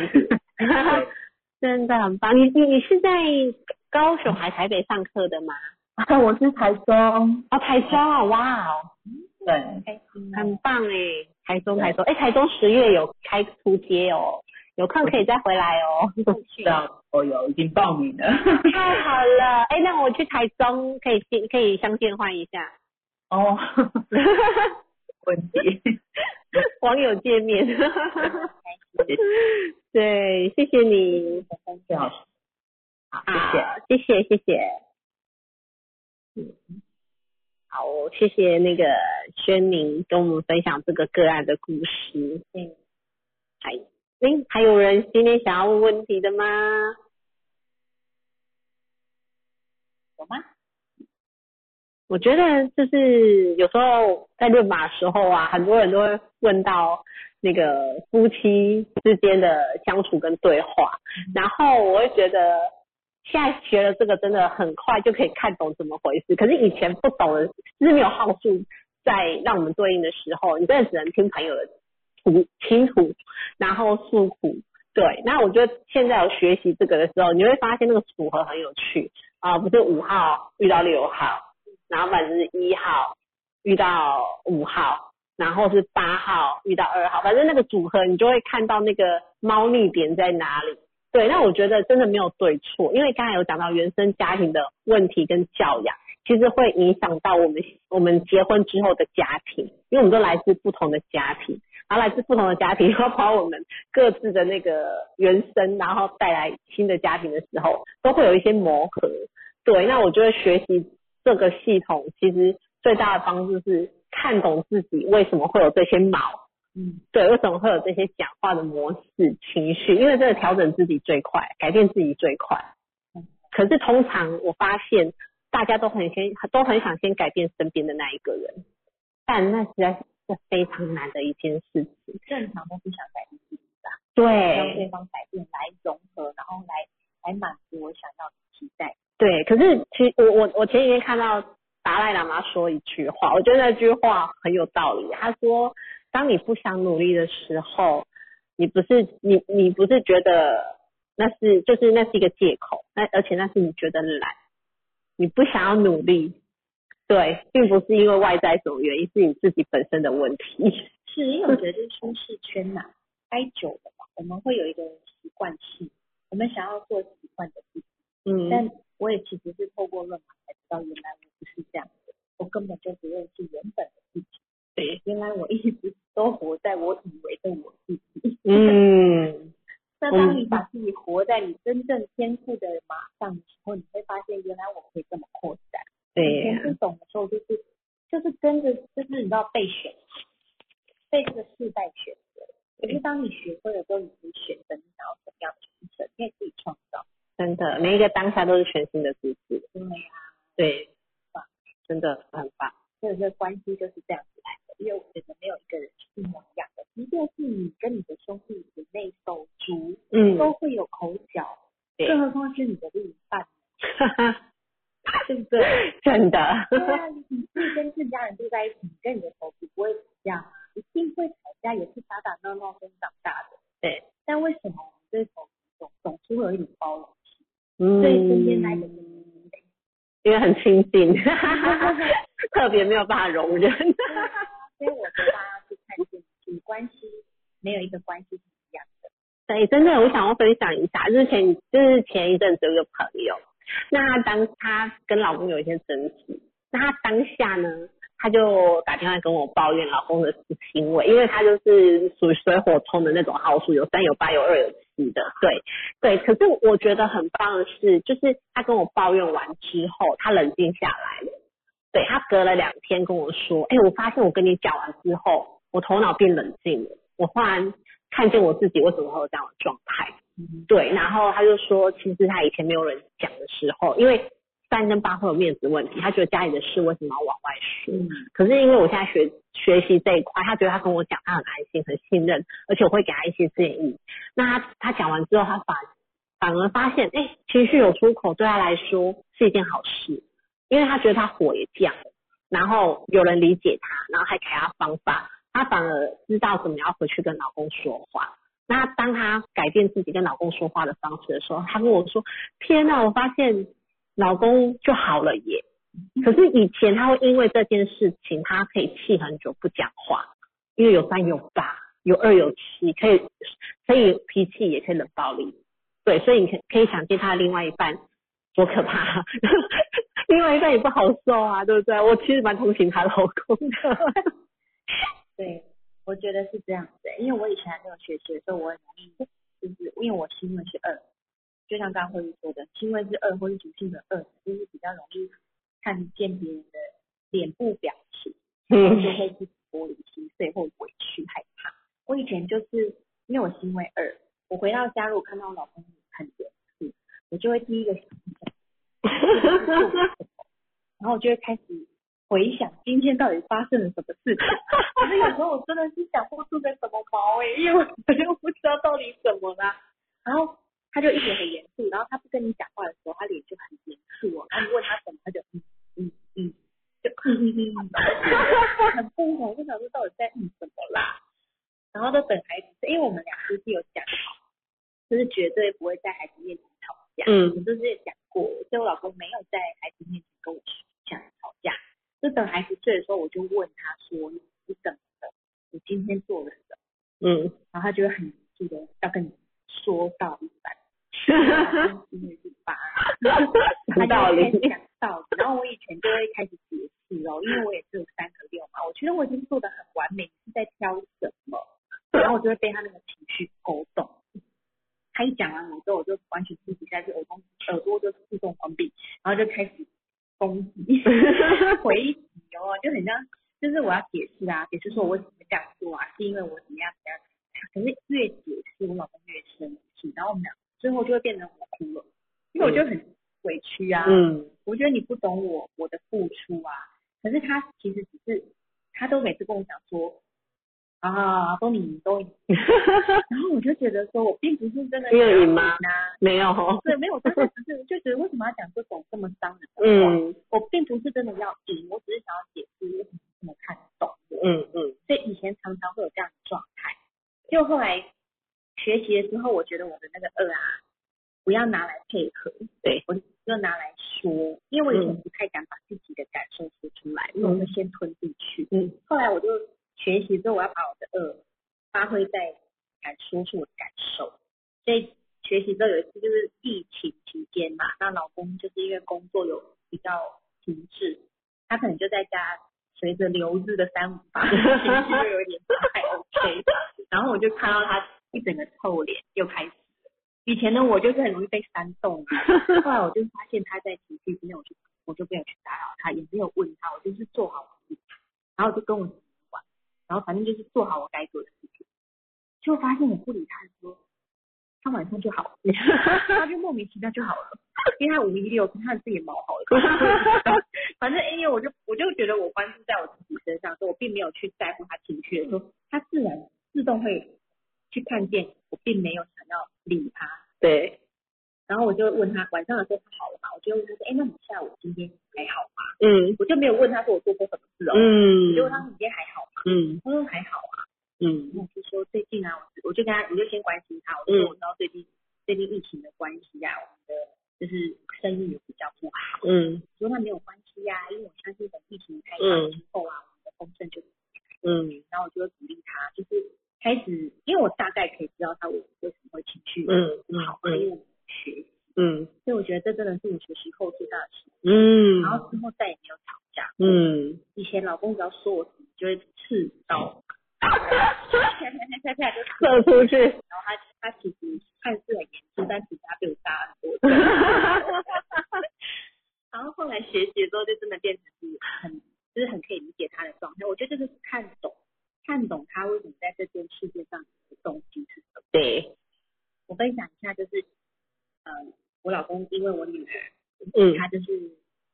S1: 真的很棒。你你你是在高雄还台北上课的吗？
S3: 啊，我是台中，
S1: 哦，台中啊，哇哦，
S3: 对，
S2: 开心啊！
S1: 很棒哎，台中
S3: 对
S1: 台中，哎，台中十月有开出街哦，有空可以再回来哦。
S3: 是啊，我有已经报 名了。
S1: 太 好了，哎，那我去台中可以见，可以相见欢一 下，
S3: 哦，问题，
S1: 网友见面。
S3: 谢
S1: 对，谢谢你，
S3: 谢老师，好，谢谢。
S1: 好，谢谢谢谢。好，谢谢那个轩宁跟我们分享这个个案的故事。
S2: 嗯，
S1: 还，诶，还有人今天想要问问题的吗？
S2: 有吗？
S1: 我觉得就是有时候在论马的时候啊，很多人都会问到那个夫妻之间的相处跟对话，
S2: 嗯
S1: 然后我会觉得现在学了这个真的很快就可以看懂怎么回事，可是以前不懂的，就是没有号数在让我们对应的时候，你真的只能听朋友的苦辛苦，然后诉苦。对，那我觉得现在有学习这个的时候，你会发现那个组合很有趣啊、不是五号遇到六号，然后反正是一号遇到五号，然后是八号遇到二号，反正那个组合你就会看到那个猫腻点在哪里。对，那我觉得真的没有对错，因为刚才有讲到原生家庭的问题跟教养，其实会影响到我们我们结婚之后的家庭，因为我们都来自不同的家庭，然后来自不同的家庭，然 后把我们各自的那个原生，然后带来新的家庭的时候，都会有一些磨合。对，那我觉得学习这个系统其实最大的帮助是看懂自己为什么会有这些毛，
S2: 嗯，
S1: 对，为什么会有这些讲话的模式、情绪，因为这个调整自己最快，改变自己最快。可是通常我发现大家都很先都很想先改变身边的那一个人，但那实在是非常难的一件事情。
S2: 正常都不想改变，让
S1: 对
S2: 对方改变来融合，然后来来满足我想要的期待。
S1: 对，可是其实我我我前几天看到达赖喇嘛说一句话，我觉得那句话很有道理。他说，当你不想努力的时候，你不是你你不是觉得那是就是那是一个借口，那而且那是你觉得懒，你不想要努力，对，并不是因为外在什么原因，是你自己本身的问题。
S2: 是因为我觉得这是舒适圈呐、待久了嘛，我们会有一个习惯性，我们想要做习惯的事情。
S1: 嗯
S2: 但我也其实是透过论坛才知道，原来我不是这样的，我根本就不认识原本的自己。
S1: 对，
S2: 原来我一直都活在我以为的我自己。
S1: 嗯，
S2: 那当你把自己活在你真正天赋的马上的时候，你会发现原来我可以这么扩展。以
S1: 对呀
S2: 前不懂的时候，就是就是跟着，就是你知道被选，被这个世代选择。可是当你学会了之后，你可以选择你想要怎么样的人生，你也自己创造。
S1: 真的，每一个当下都是全新的自己。
S2: 对呀、
S1: 对，真的很棒。
S2: 这个关系就是这样子来的，因为我觉得没有一个人是一模一样的，即便是你跟你的兄弟、你的内斗族，
S1: 嗯
S2: 都会有口角，
S1: 对
S2: 更何况是你的另一半，对不对？
S1: 真的，
S2: 对啊，你你自己跟自家人住在一起，你跟你的头皮不会吵架吗？一定会吵架，也是打打闹闹跟长大的。
S1: 对，
S2: 但为什么我们对头皮总总是会有一点包容？
S1: 嗯
S2: 对身边那一个人，
S1: 因为很亲近，特别没有办法容忍。
S2: 所以我觉得大家去看见，其实关系没有一个关系是一样的。
S1: 对，真的，我想要分享一下，就是前就是前一阵子有一个朋友，那她当她跟老公有一些争执，那她当下呢，她就打电话跟我抱怨老公的行为，因为她就是属于水火冲的那种号数，有三有八有二有七的，对对。可是我觉得很棒的是，就是她跟我抱怨完之后，她冷静下来了。对她隔了两天跟我说，哎、我发现我跟你讲完之后，我头脑变冷静了，我忽然看见我自己为什么会有这样的状态。
S2: 嗯，
S1: 对，然后他就说，其实他以前没有人讲的时候，因为三跟八会有面子问题，他觉得家里的事为什么要往外说？
S2: 嗯
S1: 可是因为我现在学学习这一块，他觉得他跟我讲，他很安心、很信任，而且我会给他一些建议。那他他讲完之后，他反反而发现，哎、情绪有出口对他来说是一件好事，因为他觉得他火也降了，然后有人理解他，然后还给他方法，他反而知道怎么样回去跟老公说话。那当她改变自己跟老公说话的方式的时候，她跟我说：“天呐，我发现老公就好了耶。”可是以前他会因为这件事情，他可以气很久不讲话，因为有三有八有二有七，可以可以脾气也可以冷暴力，对，所以你可可以想见他的另外一半多可怕，另外一半也不好受啊，对不对？我其实蛮同情她老公的，
S2: 对，我觉得是这样子、因为我以前还没有学习的时候，我很容易就是因为我星位是二，就像刚刚慧玉说的，星位是二或是主性的二，就是比较容易看见别人的脸部表情，就
S1: 嗯
S2: 会是玻璃心碎或委屈害怕。我以前就是因为我星位二，我回到家如果看到我老公很严肃，我就会第一个想然后我就会开始回想今天到底发生了什么事情。可是有时候我真的是想不出个什么毛哎、因为我 真的不知道到底怎么啦。然后他就一脸很严肃，然后他不跟你讲话的时候，他脸就很严肃哦。然后你问他怎么，他就嗯嗯嗯，就嗯嗯嗯嗯，很不懂，就想说到底在嗯什么啦。然后都等孩子，因为我们俩就是有讲好，就是绝对不会在孩子面前吵架。我
S1: 嗯
S2: 们都是讲过，所以我老公没有在孩子面前跟我讲吵架。就等孩子睡的时候，我就问他说：“你怎么了？你今天做了什么
S1: 嗯，？”
S2: 然后他就会很严肃的要跟你说道理吧，因为是爸，他
S1: 有道
S2: 就会
S1: 理
S2: 开，始讲道理。然后我以前就会开始解释哦，因为我也是有三个六嘛，我觉得我已经做的很完美，你是在挑什么？然后我就会被他那个情绪勾动。他一讲完我之后，我就完全自己下去，耳朵耳朵呃就自动关闭，然后就开始攻击回击哦，就很像，就是我要解释啊，解释说我为什么这样做啊，是因为我怎么样怎么样。可是越解释，我老公越生气，然后我们俩最后就会变成我哭了，因为我就很委屈啊，
S1: 嗯
S2: 我觉得你不懂我我的付出啊。可是他其实只是，他都每次跟我讲说，啊，都你 都你，然后我就觉得说我并不是真的
S1: 因为你
S2: 想
S1: 妈
S2: 赢啊，
S1: 没有哦，
S2: 对，没有，真的只是就觉得为什么要讲这种这么伤人的话？
S1: 嗯
S2: 我并不是真的要赢，我只是想要解释为什么这么看懂我。
S1: 嗯嗯
S2: 所以以前常常会有这样的状态。就后来学习了之后，我觉得我的那个二啊，不要拿来配合，
S1: 对
S2: 我就拿来说，因为我以前不太敢把自己的感受说出来，因为我会先吞进去。
S1: 嗯
S2: 后来我就学习之后，我要把我的二发挥在敢说出我的感受。所以学习之后有一次就是疫情期间嘛，那老公就是因为工作有比较停滞，他可能就在家随着流日的三五八，情绪就有点不太 OK。然后我就看到他一整个臭脸又开始了。以前呢，我就是很容易被煽动啊，后来我就发现他在情绪之内，我就我就没有去打扰他，也没有问他，我就是做好我自己，然后我就跟我女儿玩，然后反正就是做好我该做的事情。就发现我不理他的时候，他晚上就好了，他就莫名其妙就好了，因为他五一六，他自己毛好了。 反正因为我就我就觉得我关注在我自己身上，所以我并没有去在乎他情绪的时候，他自然自动会去看见我并没有想要理他，
S1: 对，
S2: 然后我就问他晚上的时候他好了嘛，我就问他说，哎、那你下午今天还好吗？
S1: 嗯
S2: 我就没有问他说我做过什么事哦，我
S1: 嗯
S2: 就问他你今天还好吗？
S1: 嗯
S2: 他说还好啊，
S1: 嗯
S2: 然后我就说最近啊，我我就跟他我就先关心他，我就
S1: 嗯
S2: 说我知道最近、最近疫情的关系啊，我们的就是生意也比较不好，
S1: 嗯
S2: 我说那没有关系呀、因为我相信等疫情开放之后啊，我们的丰盛就
S1: 嗯
S2: 然后我就会鼓励他，就是开始，因为我大概可以知道他为什么会情绪
S1: 嗯
S2: 不好，因为我们学习，
S1: 嗯
S2: 所以我觉得这真的是我学习后最大的事。
S1: 嗯
S2: 然后之后再也没有吵架。
S1: 嗯，
S2: 以前老公只要说我什么，就会刺刀，啪啪啪啪啪就刺。
S1: 射出去。
S2: 然后他他其实看似很严肃，但其实他被我打很多。 然后后来学习之后，就真的变成是很就是很可以理解他的状态。我觉得这就是看懂，看懂他为什么在这件世界上的动机是什么。
S1: 对，
S2: 我分享一下，就是呃，我老公因为我女儿，
S1: 嗯
S2: 他就是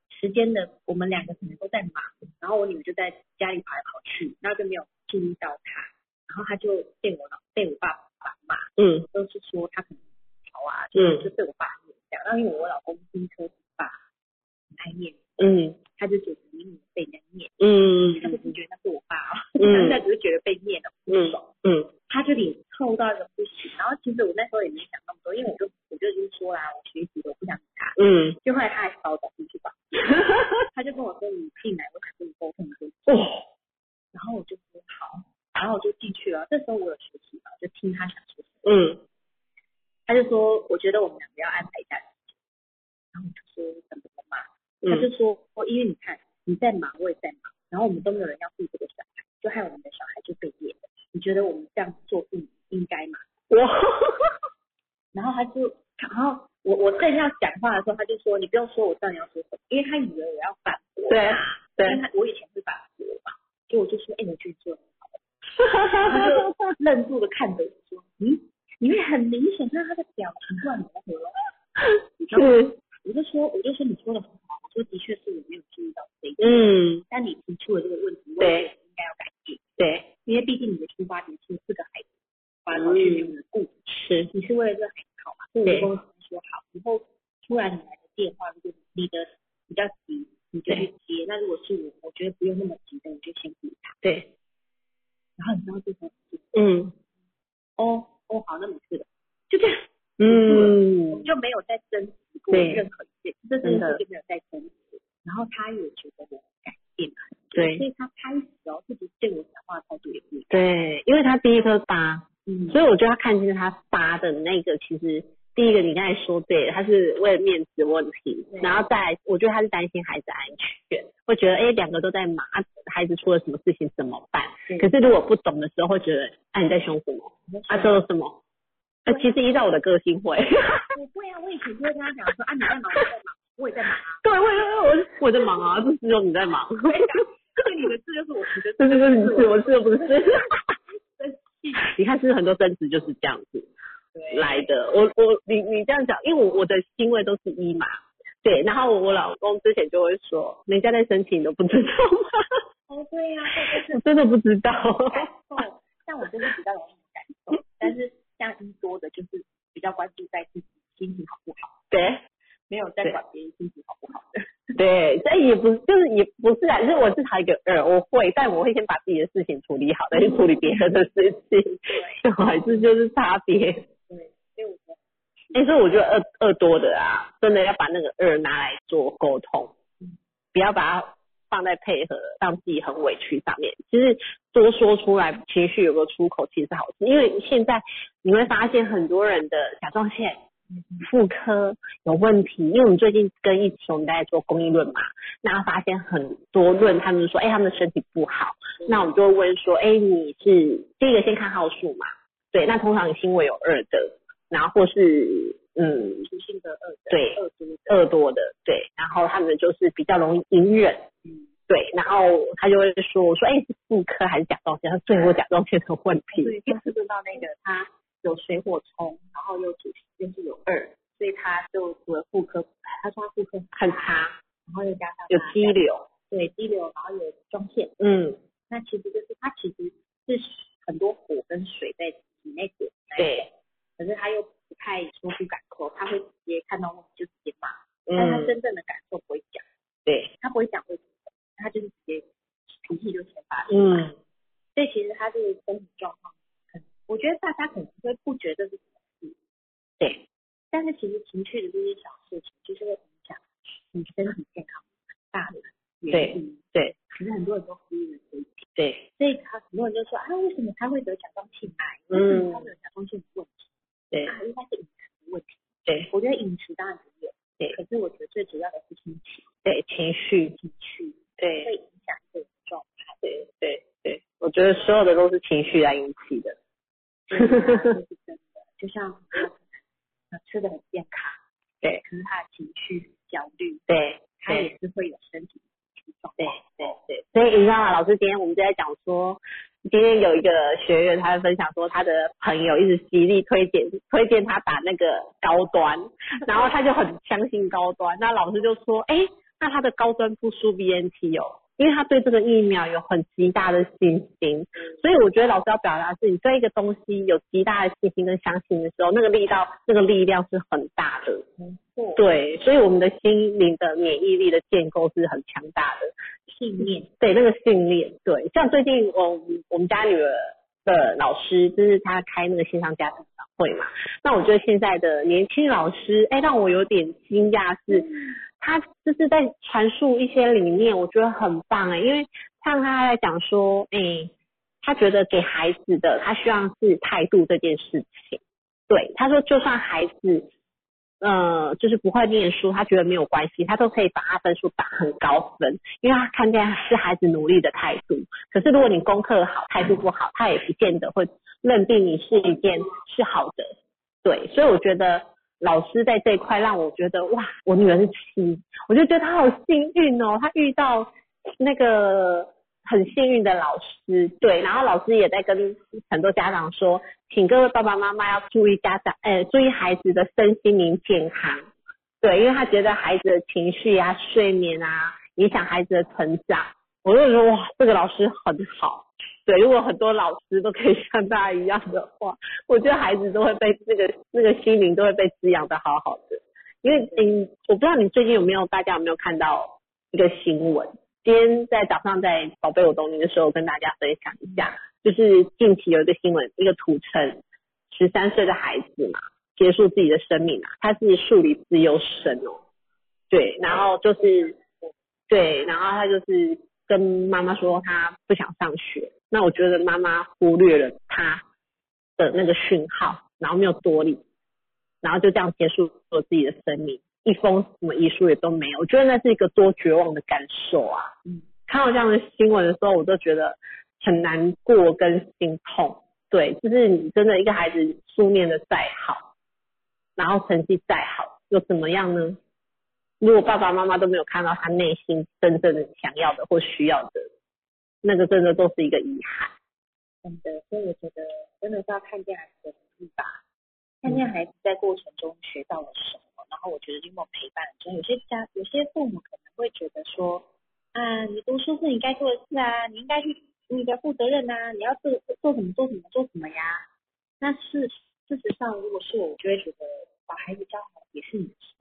S2: 时间的，我们两个可能都在忙，然后我女儿就在家里跑来跑去，然后就没有注意到他，然后他就被我老被我爸爸骂。
S1: 嗯
S2: 都是说他可能吵啊，就是就
S1: 嗯
S2: 对我爸很这样。然后因为我老公第一颗是爸，很爱念，
S1: 嗯
S2: 他就觉得你怎么被人家念，
S1: 嗯
S2: 他就不觉得那是我爸哦，
S1: 嗯
S2: 他只是觉得被念了不
S1: 嗯
S2: 爽，
S1: 嗯
S2: 他就脸臭到一个不行。然后其实我那时候也没想那么多，因为我就啊我就已经说啦，我学习我不想理他。
S1: 嗯，
S2: 就后来他还把我打进去吧，他就把跟我说你进来，我想跟你沟通沟
S1: 哦
S2: 通。然后我就说好，然后我就进去了。这时候我有学习嘛，就听他讲学习。
S1: 嗯，
S2: 他就说，我觉得我们两个要安排一下时间。然后我就说怎么了嘛？
S1: 嗯
S2: 他就说，哦，因为你看你在忙，我也在忙，然后我们都没有人要顾这个小孩，就害我们的小孩就被业了。你觉得我们这样做不应该吗？
S1: 我，
S2: 然后他就，然后我我正要讲话的时候，他就说你不用说，我知道你要说什么，因为他以为我要反驳
S1: 对
S2: 因为
S1: 对，
S2: 他我以前会反驳嘛，所以我就说，哎、我觉得你 做得很好，他就愣住的看着我说，嗯，你会很明显看到他的表情不然如何，
S1: 是
S2: 我就说我就说你说的很好，我说的确是我没有注意到这一点，
S1: 嗯
S2: 但你提出了这个问题，我也觉得应该要改进，
S1: 对
S2: 因为毕竟你的出发点是这个孩子，把我去没有人顾
S1: 是
S2: 你是为了这个孩子好嘛，所
S1: 嗯
S2: 以我
S1: 对
S2: 就跟我老公说好，以后突然你来的电话，如果你的比较急，你就去接；那如果是我，我觉得不用那么急的，你就先给他。
S1: 对
S2: 然后你知道这个，
S1: 嗯
S2: 哦哦好，那没事了，就这样，
S1: 嗯
S2: 就没有再争执过
S1: 对
S2: 任何一件，这件事就没有再争执。然后他也觉得我改变了，所
S1: 对
S2: 以他开始哦自己对我讲话态度也不一样。
S1: 对，因为他第一颗疤。
S2: 嗯
S1: 所以我觉得他看见他发的那个，其实第一个你刚才说对了，他是为了面子问题
S2: 对，
S1: 然后再来我觉得他是担心孩子安全，会觉得哎两个都在忙，啊孩子出了什么事情怎么办？
S2: 对
S1: 可是如果不懂的时候，会觉得啊你在凶什么？啊
S2: 他
S1: 说了什么？那、
S2: 对
S1: 其实依照我的个性会，
S2: 我会啊，我以前就会跟他讲说啊你在忙，我在忙，我也在忙啊，
S1: 对，我我我我在忙啊，这只有你在忙，
S2: 哎对你的事就是我提的
S1: 这就是你是，我是 又不是。
S2: 生气。
S1: 你看，是不是很多争执就是这样子？
S2: 对
S1: 来的。我我你你这样讲，因为我我的星位都是一嘛，对，然后我老公之前就会说，人家在申请你都不知道吗？
S2: 哦，对呀、这就是
S1: 我真的不知道。
S2: 感受。像我就是比较容易感
S1: 嗯
S2: 受，但是像一多的，就是比较关注在自己心情好不好，
S1: 对
S2: 没有在管别人心情好不好的。
S1: 对，这也不是就是也不是啊，就是我是他一个呃，我会，但我会先把自己的事情处理好，再去处理别人的事情，对还是就是差别。
S2: 对，所以我觉得，
S1: 哎、所以我觉得二二多的啊，真的要把那个二拿来做沟通，不要把它放在配合让自己很委屈上面。其实多说出来，情绪有个出口，其实是好事。因为现在你会发现很多人的甲状腺、妇科有问题，因为我们最近跟一起我们在做公益论嘛，那发现很多论他们就说，哎、他们的身体不好，
S2: 嗯
S1: 那我们就会问说，哎、你是第一个先看号数嘛？对，那通常你心位有二的，然后或是嗯
S2: 属性的二的，
S1: 对
S2: 二多的，
S1: 恶多的，对，然后他们就是比较容易隐忍，
S2: 嗯，
S1: 对，然后他就会说，我说哎、是妇科还是甲状腺？他说对我甲状腺的问
S2: 所
S1: 题，
S2: 以就是论到那个他有水火冲，然后又主又是有二，所以他就除了妇科，他说他妇科，
S1: 很差，
S2: 然后又加上
S1: 有
S2: 他
S1: 肌瘤，
S2: 对肌瘤，然后有中线，
S1: 嗯，
S2: 那其实就是它其实是很多火跟水在体内滚，
S1: 对，
S2: 可是他又不太说出感受，他会直接看到问题就直接骂，但他
S1: 嗯，
S2: 真正的感受不会讲，
S1: 对，
S2: 他不会讲会怎么样，他就是直接脾气就先发。
S1: 嗯，
S2: 所以其实他这个身体状况，很，我觉得大家可能会不觉得是什么事，
S1: 对，
S2: 但是其实情绪的这些小事情，就是会影响你身体健康大的原因。
S1: 对对，
S2: 可是很多人都忽略了这一点，
S1: 对，
S2: 所以他很多人就说啊，为什么他会得甲状腺癌？
S1: 嗯
S2: 为什么他会有甲状腺的问题？
S1: 对，
S2: 啊，应该是饮食的问题。
S1: 对，
S2: 我觉得饮食当然不有，
S1: 对
S2: 可是我觉得最主要的是心情，
S1: 对，情绪，
S2: 情绪会
S1: 对，
S2: 影响这种状态。
S1: 对，对，对，我觉得所有的都是情绪来引起的，
S2: 对
S1: 嗯
S2: 啊这是真的。就像很多人呃吃的很健康，
S1: 对，
S2: 可是他的情绪焦虑，
S1: 对，
S2: 他
S1: 对
S2: 也。是会有身体的状
S1: 对
S2: 况。
S1: 对对，所以你知道吗？老师今天我们就在讲说，今天有一个学员他分享说，他的朋友一直极力推荐推荐他打那个高 端，然后他就很相信高端。那老师就说，哎，那他的高端不输 BNT 哦，因为他对这个疫苗有很极大的信心。所以我觉得老师要表达的是，你对一个东西有极大的信心跟相信的时候，那个力道、那个力量是很大的。
S2: 没错，
S1: 对，所以我们的心灵的免疫力的建构是很强大的。
S2: 信念
S1: 对那个训练，对，像最近我我们家女儿的老师，就是她开那个线上家长
S2: 嗯
S1: 会嘛，那我觉得现在的年轻老师，哎，让我有点惊讶是，他他就是在阐述一些理念，我觉得很棒哎、因为像他在讲说，哎、他觉得给孩子的，他希望是态度这件事情。对，他说就算孩子，呃，就是不会念书，他觉得没有关系，他都可以把他分数打很高分，因为他看见是孩子努力的态度。可是如果你功课好，态度不好，他也不见得会认定你是一件是好的。对，所以我觉得老师在这一块让我觉得哇，我女儿是七，我就觉得她好幸运哦，她遇到那个很幸运的老师，对，然后老师也在跟很多家长说，请各位爸爸妈妈要注意家长，呃，注意孩子的身心灵健康，对，因为他觉得孩子的情绪啊、睡眠啊，影响孩子的成长。我就觉得哇，这个老师很好。对，如果很多老师都可以像他一样的话，我觉得孩子都会被那个那个心灵都会被滋养的好好的。因为嗯，我不知道你最近有没有，大家有没有看到一个新闻？今天在早上在宝贝我懂你的时候，跟大家分享一下，就是近期有一个新闻，一个土城十三岁的孩子嘛，结束自己的生命啊，他是数理自优生哦，对，然后就是对，然后他就是跟妈妈说他不想上学，那我觉得妈妈忽略了他的那个讯号，然后没有多理，然后就这样结束了自己的生命，一封什么遗书也都没有，我觉得那是一个多绝望的感受啊！看到这样的新闻的时候，我都觉得很难过跟心痛。对，就是你真的一个孩子书念的再好，然后成绩再好，又怎么样呢？如果爸爸妈妈都没有看到他内心真正的想要的或需要的，那个真的都是一个遗憾。
S2: 真的，嗯所以我觉得真的是要看见孩子的努力吧，看
S1: 嗯
S2: 见孩子在过程中学到了什么，然后我觉得经过陪伴，就有些家有些父母可能会觉得说，啊，你读书是你该做的事啊，你应该去你该负责任呐、你要做做什么做什么做什么呀。那事事实上，如果是我，我就会觉得把孩子教好也是你的事，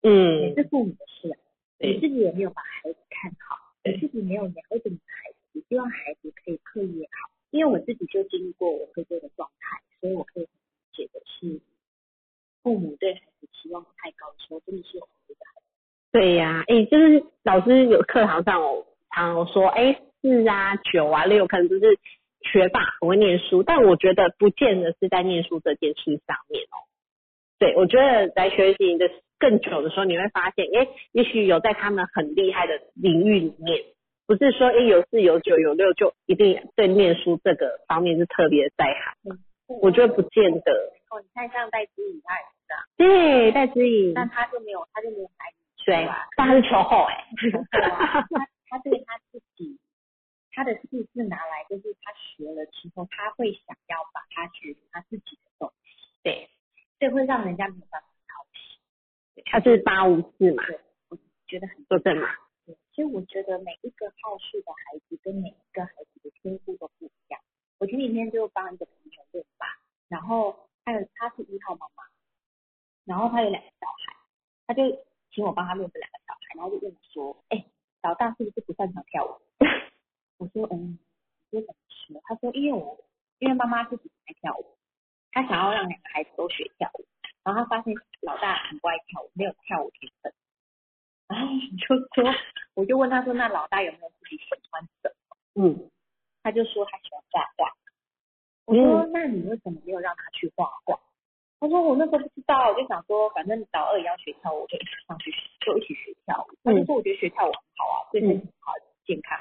S2: 也
S1: 嗯，
S2: 是父母的事啊。你
S1: 对
S2: 自己也没有把孩子看好，你自己没有了解你的孩子，你希望孩子可以啊课业好。因为我自己就经历过我哥哥的状态，所以我可以理解的是，父母对孩子期望太高的时候，真的是会觉得
S1: 对呀、诶，就是老师有课堂上我常有说，诶，四啊、九啊、六，可能就是学霸，我会念书，但我觉得不见得是在念书这件事上面哦。对，我觉得来学习的更久的时候，你会发现，诶，也许有在他们很厉害的领域里面，不是说诶有四有九有六就一定对念书这个方面是特别在行，我觉得不见得。
S2: 哦，你看像戴资颖他也是啊，
S1: 对，戴之颖，
S2: 但他就没有，他就没有孩子
S1: 对，但他是球后哎诶。
S2: 啊，他他对他自己，他的字是拿来，就是他学了之后，他会想要把它学他自己的东西，
S1: 对，
S2: 所以会让人家没有办法讨喜，
S1: 他是八五四嘛，
S2: 觉得很
S1: 说正嘛，
S2: 对，所以我觉得每一个好事的孩子跟每一个孩子的天赋都不一样。我前几天就帮一个朋友问吧，然后他有他是一号妈妈，然后他有两个小孩，他就请我帮他录这两个小孩，然后就问我说，哎、老大是不是不擅长跳舞？ 我说嗯，我说怎么说？他说因为我因为妈妈自己不爱跳舞，他想要让两个孩子都学跳舞，然后他发现老大很不爱跳舞，没有跳舞天分。 然后我就说，我就问他说，那老大有没有自己喜欢的？
S1: 嗯。
S2: 他就说他喜欢画画。我说、那你为什么没有让他去画画？他说我那时候不知道，我就想说反正老二也要学跳舞，我就一起上去学，就一起学跳舞。他就说我觉得学跳舞很好啊，对身体好，健康。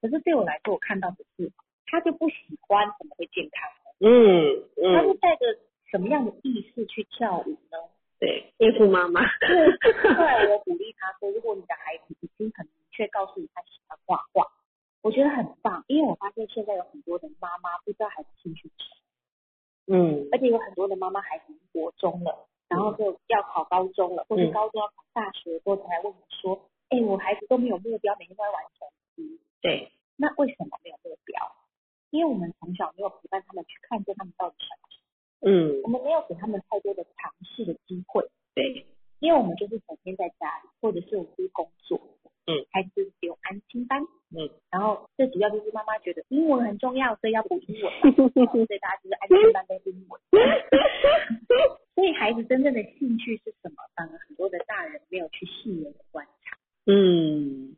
S2: 可是对我来说，我看到的是他就不喜欢，怎么会健康？
S1: 嗯
S2: 他是
S1: 嗯，
S2: 带着什么样的意识去跳舞呢？
S1: 对，应付妈妈，
S2: 后来我鼓励他说，如果你的孩子已经很明确告诉你他喜欢画画，我觉得很棒，因为我发现现在有很多的妈妈不知道孩子兴趣是什么，
S1: 嗯
S2: 而且有很多的妈妈孩子已经国中了，然后就要考高中了，或是
S1: 嗯
S2: 高中要考大学的时候才来问我说，哎、我孩子都没有目标，每天都在玩手机，
S1: 对，
S2: 那为什么没有目标？因为我们从小没有陪伴他们去看见他们到底想什么，
S1: 嗯
S2: 我们没有给他们太多的尝试的机会。
S1: 对，
S2: 因为我们就是整天在家里，或者是我们就是工作，
S1: 嗯，
S2: 孩子就是有安心班，
S1: 嗯，
S2: 然后最主要就是妈妈觉得英文很重要，所以要补英文 嘛，所以大家就是安心班跟英文。 所以孩子真正的兴趣是什么？反而很多的大人没有去细微的观
S1: 嗯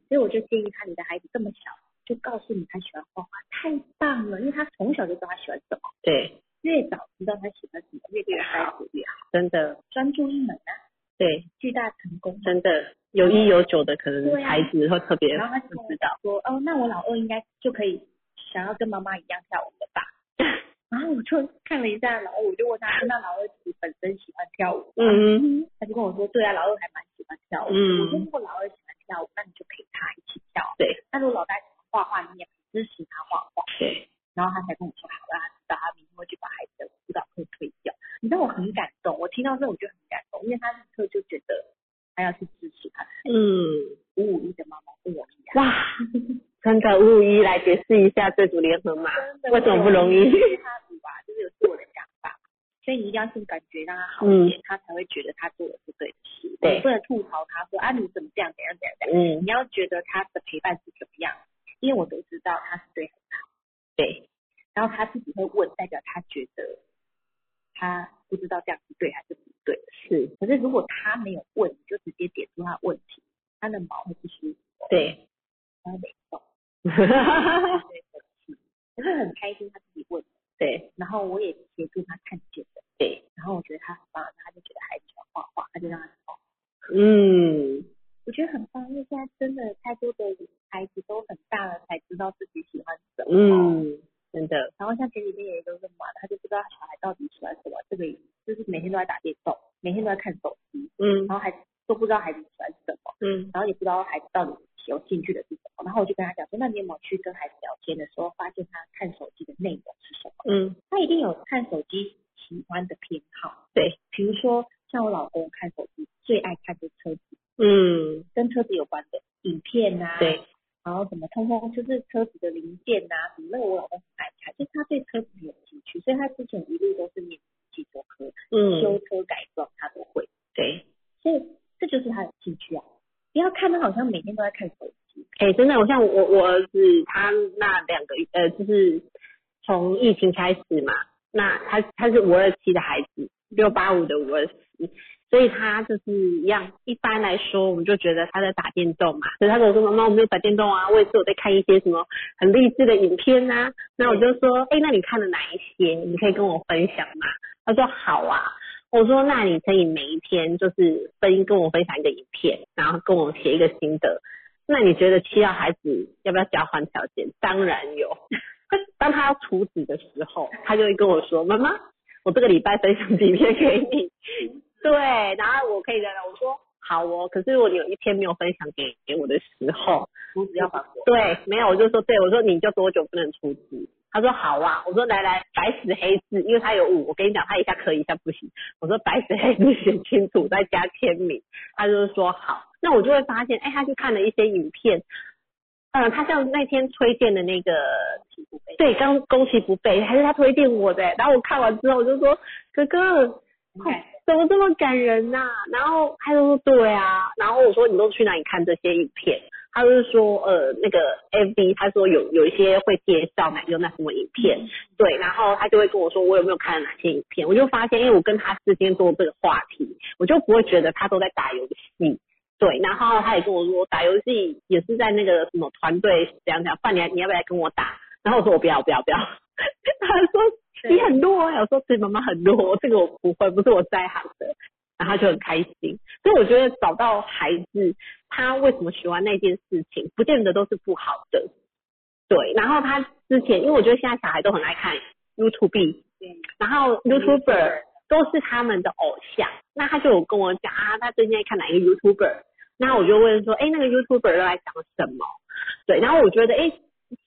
S2: 早知道他喜欢什么，越对他好越好。
S1: 真的，
S2: 专注一门啊，
S1: 对，
S2: 巨大成功。
S1: 真的有一有九的可能
S2: 对啊
S1: 孩子会特别
S2: 然后他就跟我讲说，哦，那我老二应该就可以想要跟妈妈一样跳舞了吧？ 然后我就看了一下老二，我就问他说，那老二自己本身喜欢跳舞吗？
S1: 嗯
S2: 他就跟我说，对啊，老二还蛮喜欢跳舞。
S1: 嗯
S2: 我说如果老二喜欢跳舞，那你就陪他一起跳。
S1: 对。
S2: 那如果老大喜欢画画，你也支持他画画。
S1: 对，
S2: 然后他才跟我说，好啦，知道他明天会去把孩子的舞蹈课推掉。你知道我很感动，我听到这我就很感动，因为他立刻就觉得他要去支持他。
S1: 嗯，
S2: 五五一的妈妈不容易啊，
S1: 哇，真的五五一来解释一下这组联合嘛？
S2: 真的
S1: 为什么不容易
S2: 我有他舞啊， 就是有自我的想法，所以你一定要先感觉让他好一点，他才会觉得他做的是对的事。
S1: 嗯对
S2: 你不能吐槽他说啊你怎么这样怎样怎样怎样，
S1: 嗯，
S2: 你要觉得他的陪伴是怎么样，因为我都知道他是对的，
S1: 对，
S2: 然后他自己会问，代表他觉得他不知道这样是对还是不对。
S1: 是，
S2: 可是如果他没有问，你就直接点出他的问题，他的毛会不舒服，
S1: 对，
S2: 他会没动，他会生 气。可是很开心他自己问，
S1: 对
S2: 然后我也协助他看见的，
S1: 对，
S2: 然后我觉得他很棒，然后他就觉得孩子喜欢画画，他就让他画。
S1: 嗯，
S2: 我觉得很棒，因为现在真的太多的孩子都很大了才知道自己喜欢什么。
S1: 嗯，真的，
S2: 然后像前几天有一个问嘛，他就不知道小孩到底喜欢什么，这个就是每天都在打电动，每天都在看手机，
S1: 嗯
S2: 然后还都不知道孩子喜欢什么，
S1: 嗯，
S2: 然后也不知道孩子到底有兴趣的是什么。然后我就跟他讲说，那你有没有去跟孩子聊天的时候，发现他看手机的内容是什么？
S1: 嗯，
S2: 他一定有看手机喜欢的偏好，
S1: 对，
S2: 比如说像我老公看手机最爱看的车子，
S1: 嗯，
S2: 跟车子有关的影片啊，
S1: 对，
S2: 然后什么通通就是车子的零件呐、什么那个我老公很爱看，就是他对车子很有兴趣，所以他之前一路都是念汽车科，修
S1: 嗯，
S2: 车改装他都会，
S1: 对，
S2: 所以这就是他的兴趣啊。不要看他好像每天都在看手机，
S1: 哎、真的，我像我我儿子他那两个月，呃，就是从疫情开始嘛，那他他是五二七的孩子，六八五的五二七，所以他就是一样。一般来说，我们就觉得他在打电动嘛，所以他跟我说：“妈妈，我没有打电动啊，我也是有在看一些什么很励志的影片啊。”那我就说：“哎、那你看了哪一些？你可以跟我分享吗？”他说：“好啊。”我说：“那你可以每一天就是分跟我分享一个影片，然后跟我写一个心得。”那你觉得七号孩子要不要交换条件？当然有。 当他要处子的时候，他就会跟我说：“妈妈，我这个礼拜分享几篇给你。”对，然后我可以聊聊。我说：“好哦。”可是如果你有一篇没有分享给给我的时候，
S2: 不要反驳。
S1: 对，没有，我就说对，我说你就多久不能出资？他说好啊，我说来来，白纸黑字，因为他有误，我跟你讲，他一下可以，一下不行。我说白纸黑字写清楚，再加签名。他就是说好，那我就会发现，哎，他去看了一些影片，嗯、他像那天推荐的那个，对，刚攻其不备，还是他推荐我的，然后我看完之后我就说，哥哥，
S2: 很感
S1: 怎么这么感人呐、然后他就说对啊，然后我说你都去哪里看这些影片？他就是说呃那个 F B 他说有有一些会介绍哪有哪什么影片，对，然后他就会跟我说我有没有看了哪些影片，我就发现因为我跟他之间做这个话题，我就不会觉得他都在打游戏。对，然后他也跟我说打游戏也是在那个什么团队怎样怎样，范你来你要不要来跟我打？然后我说我不要不要不要， 他说
S2: 对
S1: 你很弱哎、我说对，妈妈很弱，这个我不会，不是我在行的。然后他就很开心，所以我觉得找到孩子他为什么喜欢那件事情，不见得都是不好的。对，然后他之前，因为我觉得现在小孩都很爱看 YouTube，
S2: 对
S1: 然后 YouTuber 都是他们的偶像，那他就有跟我讲啊，他最近在看哪一个 YouTuber，那我就问说，哎，那个 YouTuber 都在讲什么？对，然后我觉得，哎，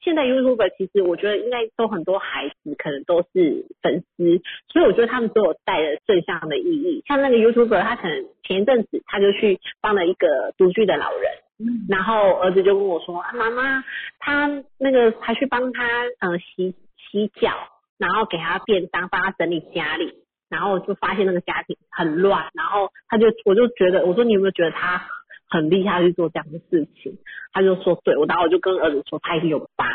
S1: 现在 YouTuber 其实我觉得应该都很多孩子可能都是粉丝，所以我觉得他们都有带着正向的意义。像那个 YouTuber，他可能前一阵子他就去帮了一个独居的老人。
S2: 嗯，
S1: 然后儿子就跟我说，啊、妈妈，他那个还去帮他呃洗洗脚，然后给他便当，帮他整理家里，然后就发现那个家庭很乱，然后他就我就觉得，我说你有没有觉得他很厉害去做这样的事情？他就说对，我然后我就跟儿子说他一定有疤，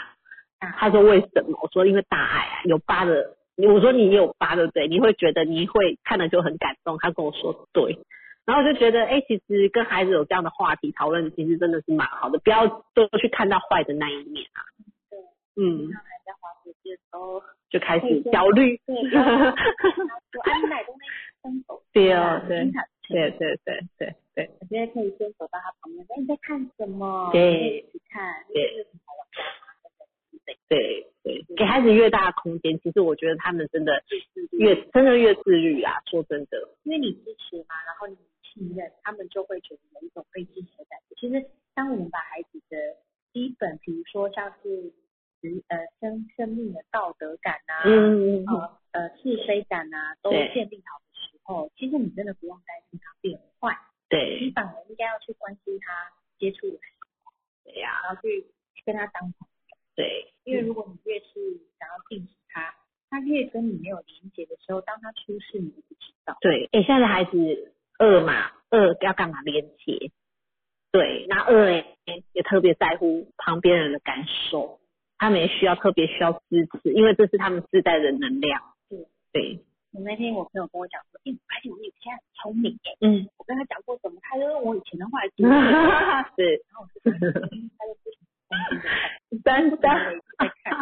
S1: 他说为什么？我说因为大爱啊，有疤的，我说你也有疤对不对？你会觉得你会看了就很感动，他跟我说对。然后我就觉得，哎、其实跟孩子有这样的话题讨论，其实真的是蛮好的，不要都去看到坏的那一面啊。嗯，
S2: 让孩子花时间的时候，
S1: 就开始焦虑。
S2: 对，然后他说啊，你哪都没分手，
S1: 对
S2: 啊
S1: 哦，对
S2: 经常
S1: 对对对对对
S2: 我觉得可以先走到他旁边，说哎你在看什么？
S1: 对
S2: 一起看，
S1: 对
S2: 就是很好玩
S1: 对对，给孩子越大的空间，其实我觉得他们真的越真的越自律啦。说真的，
S2: 因为你支持嘛，然后你信任，他们就会觉得有一种被支持的感觉。其实，当我们把孩子的基本，比如说像是职呃生生命的道德感啊，
S1: 嗯，
S2: 呃呃是非感啊，都
S1: 对
S2: 建立好的时候，其实你真的不用担心他变坏，你
S1: 对
S2: 反而应该要去关心他接触的人，
S1: 对呀，
S2: 然后去跟他当朋友。
S1: 对
S2: 因为如果你越是想要禁止他，他越跟你没有连接的时候，当他出事你都不知道。
S1: 对。哎，现在的孩子饿嘛，饿要干嘛？连接。对，那饿哎也特别在乎旁边人的感受，他们也需要特别需要支持，因为这是他们自带的能量。
S2: 对
S1: 对，
S2: 我那天我朋友跟我讲说，哎、我发现我以前很聪明耶，
S1: 嗯，
S2: 我跟他讲过什么，他就问我以前的话题，然
S1: 是
S2: 后我就跟他说，嗯他就不想
S1: 真
S2: 真的一直在看，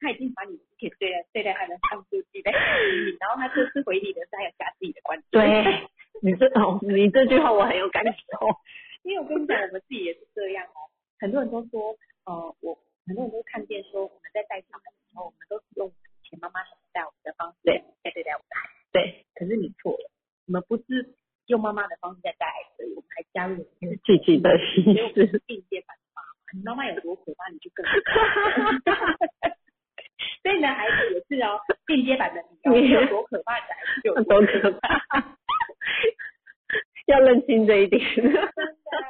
S2: 他已经把你之前对待对待他的上述记在心里，然后他这次回你的时候还有加自己的观 点。
S1: 对，你这哦，你这句话我很有感受。
S2: 因为我跟你讲，我们自己也是这样哦。很多人都说，呃，我很多人都看见说，我们在带小孩的时候，我们都是用以前妈妈想带我们的方式
S1: 对
S2: 在对待我们的孩子。
S1: 对，
S2: 可是你错了，我们不是用妈妈的方式在带孩子，我们还加 入了自
S1: 自
S2: 己，
S1: 己的心
S2: 所以我们
S1: 事。
S2: 是进阶版的妈妈。你妈妈有多可怕，你就更可怕。 所以你的孩子也是哦，进阶版的你哦，你有多可怕，你的孩子就有多
S1: 多可 怕！要认清这一点
S2: 可怕。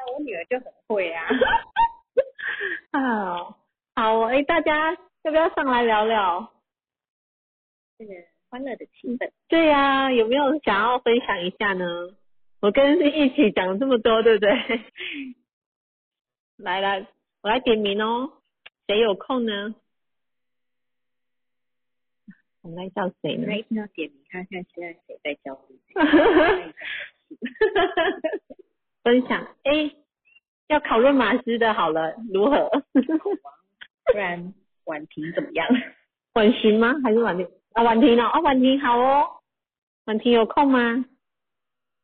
S2: 我女儿就很会啊。
S1: 啊！ 好哦，哎、大家要不要上来聊聊？
S2: 这个欢乐的气氛，
S1: 对呀、有没有想要分享一下呢？我跟一起讲这么多，对不 对？来来，我来点名哦，谁有空呢？我们来叫谁呢
S2: 那？一定要点名看看现在谁在教育。
S1: 分享，哎、要讨论马斯的好了，如何？
S2: 不然婉婷怎么样？
S1: 婉寻吗？还是婉婷？啊，婉婷哦，啊，婉婷好哦，婉婷有空吗？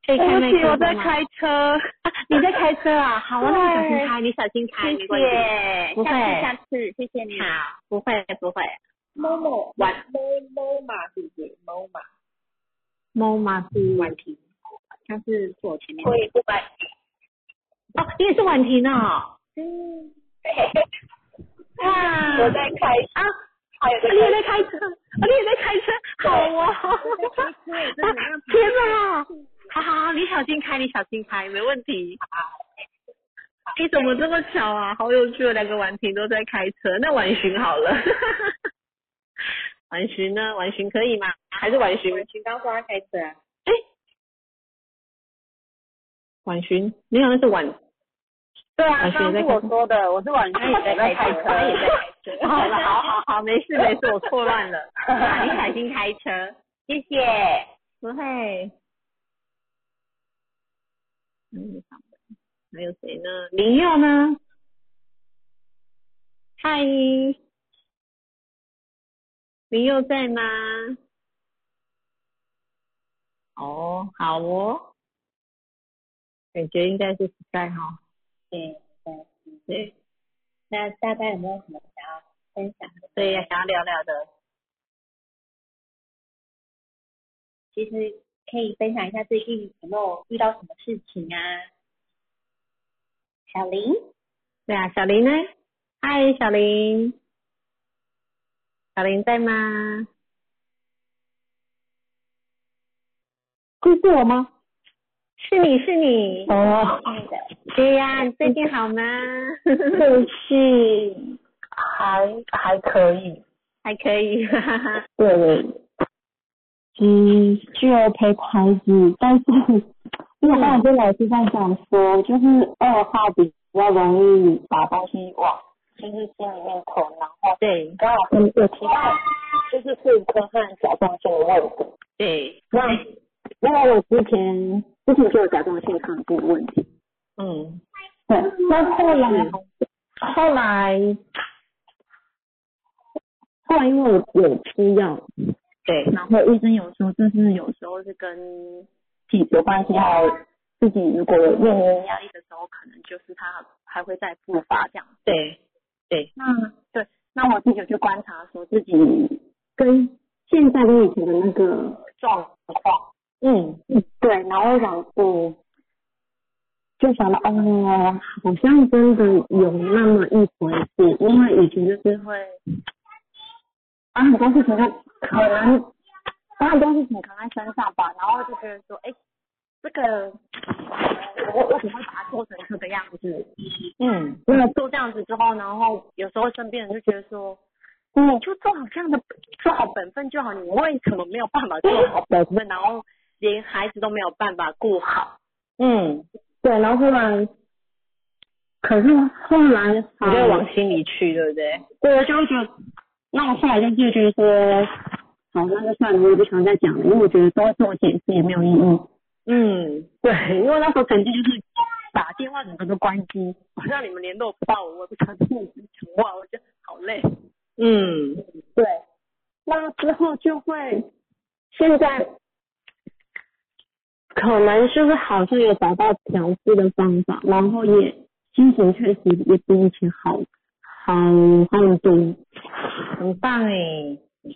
S1: 可以
S4: 对
S1: 开
S4: 不
S1: 麦
S4: 起，
S1: 克
S4: 我
S1: 风
S4: 在
S1: 吗、
S4: 开车。
S1: 啊你在开车啊？好啊，那你小
S4: 对
S1: 心开，你小心
S2: 哎
S1: 开，
S4: 谢
S1: 没关系。不会
S2: 下次下次谢谢你。
S1: 好，不会不会。
S2: 某某
S1: 婉
S2: 某某嘛，对不对？某嘛，
S1: 猫吗？
S2: 婉婷，她是坐我前面。
S4: 以不白。
S1: 哦，你也是婉婷哦。
S2: 嗯，
S1: 哇，
S4: 我在开
S1: 啊，
S4: 还有
S1: 你也在开车，啊，你也在开车，好哦。
S2: 真的让
S1: 天哪！好好好，你小心开，你小心开，没问题。你怎么这么巧啊？好有趣哦，两个婉婷都在开车。那婉寻好了， 婉寻呢？婉寻可以吗？还是婉寻？
S2: 婉婷刚说她开车啊，
S1: 婉寻，没有，那是婉。
S4: 对
S1: 啊
S4: 啊，刚刚
S1: 刚
S4: 是
S1: 刚
S4: 我
S1: 我
S4: 说的，我是晚上
S2: 也在开 车
S4: 她也在开车。
S1: 好了，好好好，没事没事，我错乱了。啊你小心开车，
S4: 谢谢。
S1: 不会。嗯，还有谁呢？林佑呢？嗨，林佑在吗？哦，好哦，感觉应该是 Sky 哈、
S2: 对对。
S1: 对
S2: 那大家有没有什么想要分享的？
S1: 对呀，想要聊聊的，
S2: 其实可以分享一下最近有没有遇到什么事情啊？小林，
S1: 对啊，小林呢？嗨，小林，小林在吗？
S4: 这是我吗？
S1: 是你是你，
S4: 哦，
S1: 对呀、你最近好 吗？
S4: 运气还还可以。
S1: 还可以，哈哈哈。
S4: 对对。嗯，就陪孩子，但是 因为我刚才跟老师在讲说，就是二号比较容易把东西往就是心里面吞，然后
S1: 对
S4: 刚好跟有提到就是妇科和甲状腺的问题。
S1: 对，
S4: 那因为我之前之前就有甲状腺亢进的问题，
S1: 嗯，
S4: 对，那后来后来后来因为我
S1: 会医生有说，就是有时候是跟体质有关系，还有自己如果有面临压力的时候，可能就是他还会再复发这样。
S5: 对，
S1: 那对，那我自己有去观察，说自己跟现在跟以前的那个状况，
S5: 嗯，
S1: 嗯，对，然后想，嗯，就想到，哦，好像真的有那么一回事，因为以前就是会，把很多事情就可能，把很多事情扛在身上吧，然后就觉得说，哎、这个呃我我怎么会把它做成这个样子？
S5: 嗯，
S1: 那么做这样子之后，然后有时候身边人就觉得说，你就做好这样的，做好本分就好，你为什么没有办法做好本分，然后连孩子都没有办法顾好？
S5: 嗯，
S1: 对，然后后来，可是后来
S5: 你就会往心里去，对不对？
S1: 对，就会觉得，那我后来就是觉得说，好，那就算了，我也不想再讲了，因为我觉得多做解释也没有意义。
S5: 嗯，
S1: 对，因为那时候曾经就是打电话整个都关机，我让你们联络不到我，我也不想听你们讲话，我觉得好累。
S5: 嗯，
S1: 对，那之后就会，现在可能就是好像有找到调试的方法，然后也心情确实也比以前好好很多。
S5: 很棒哎，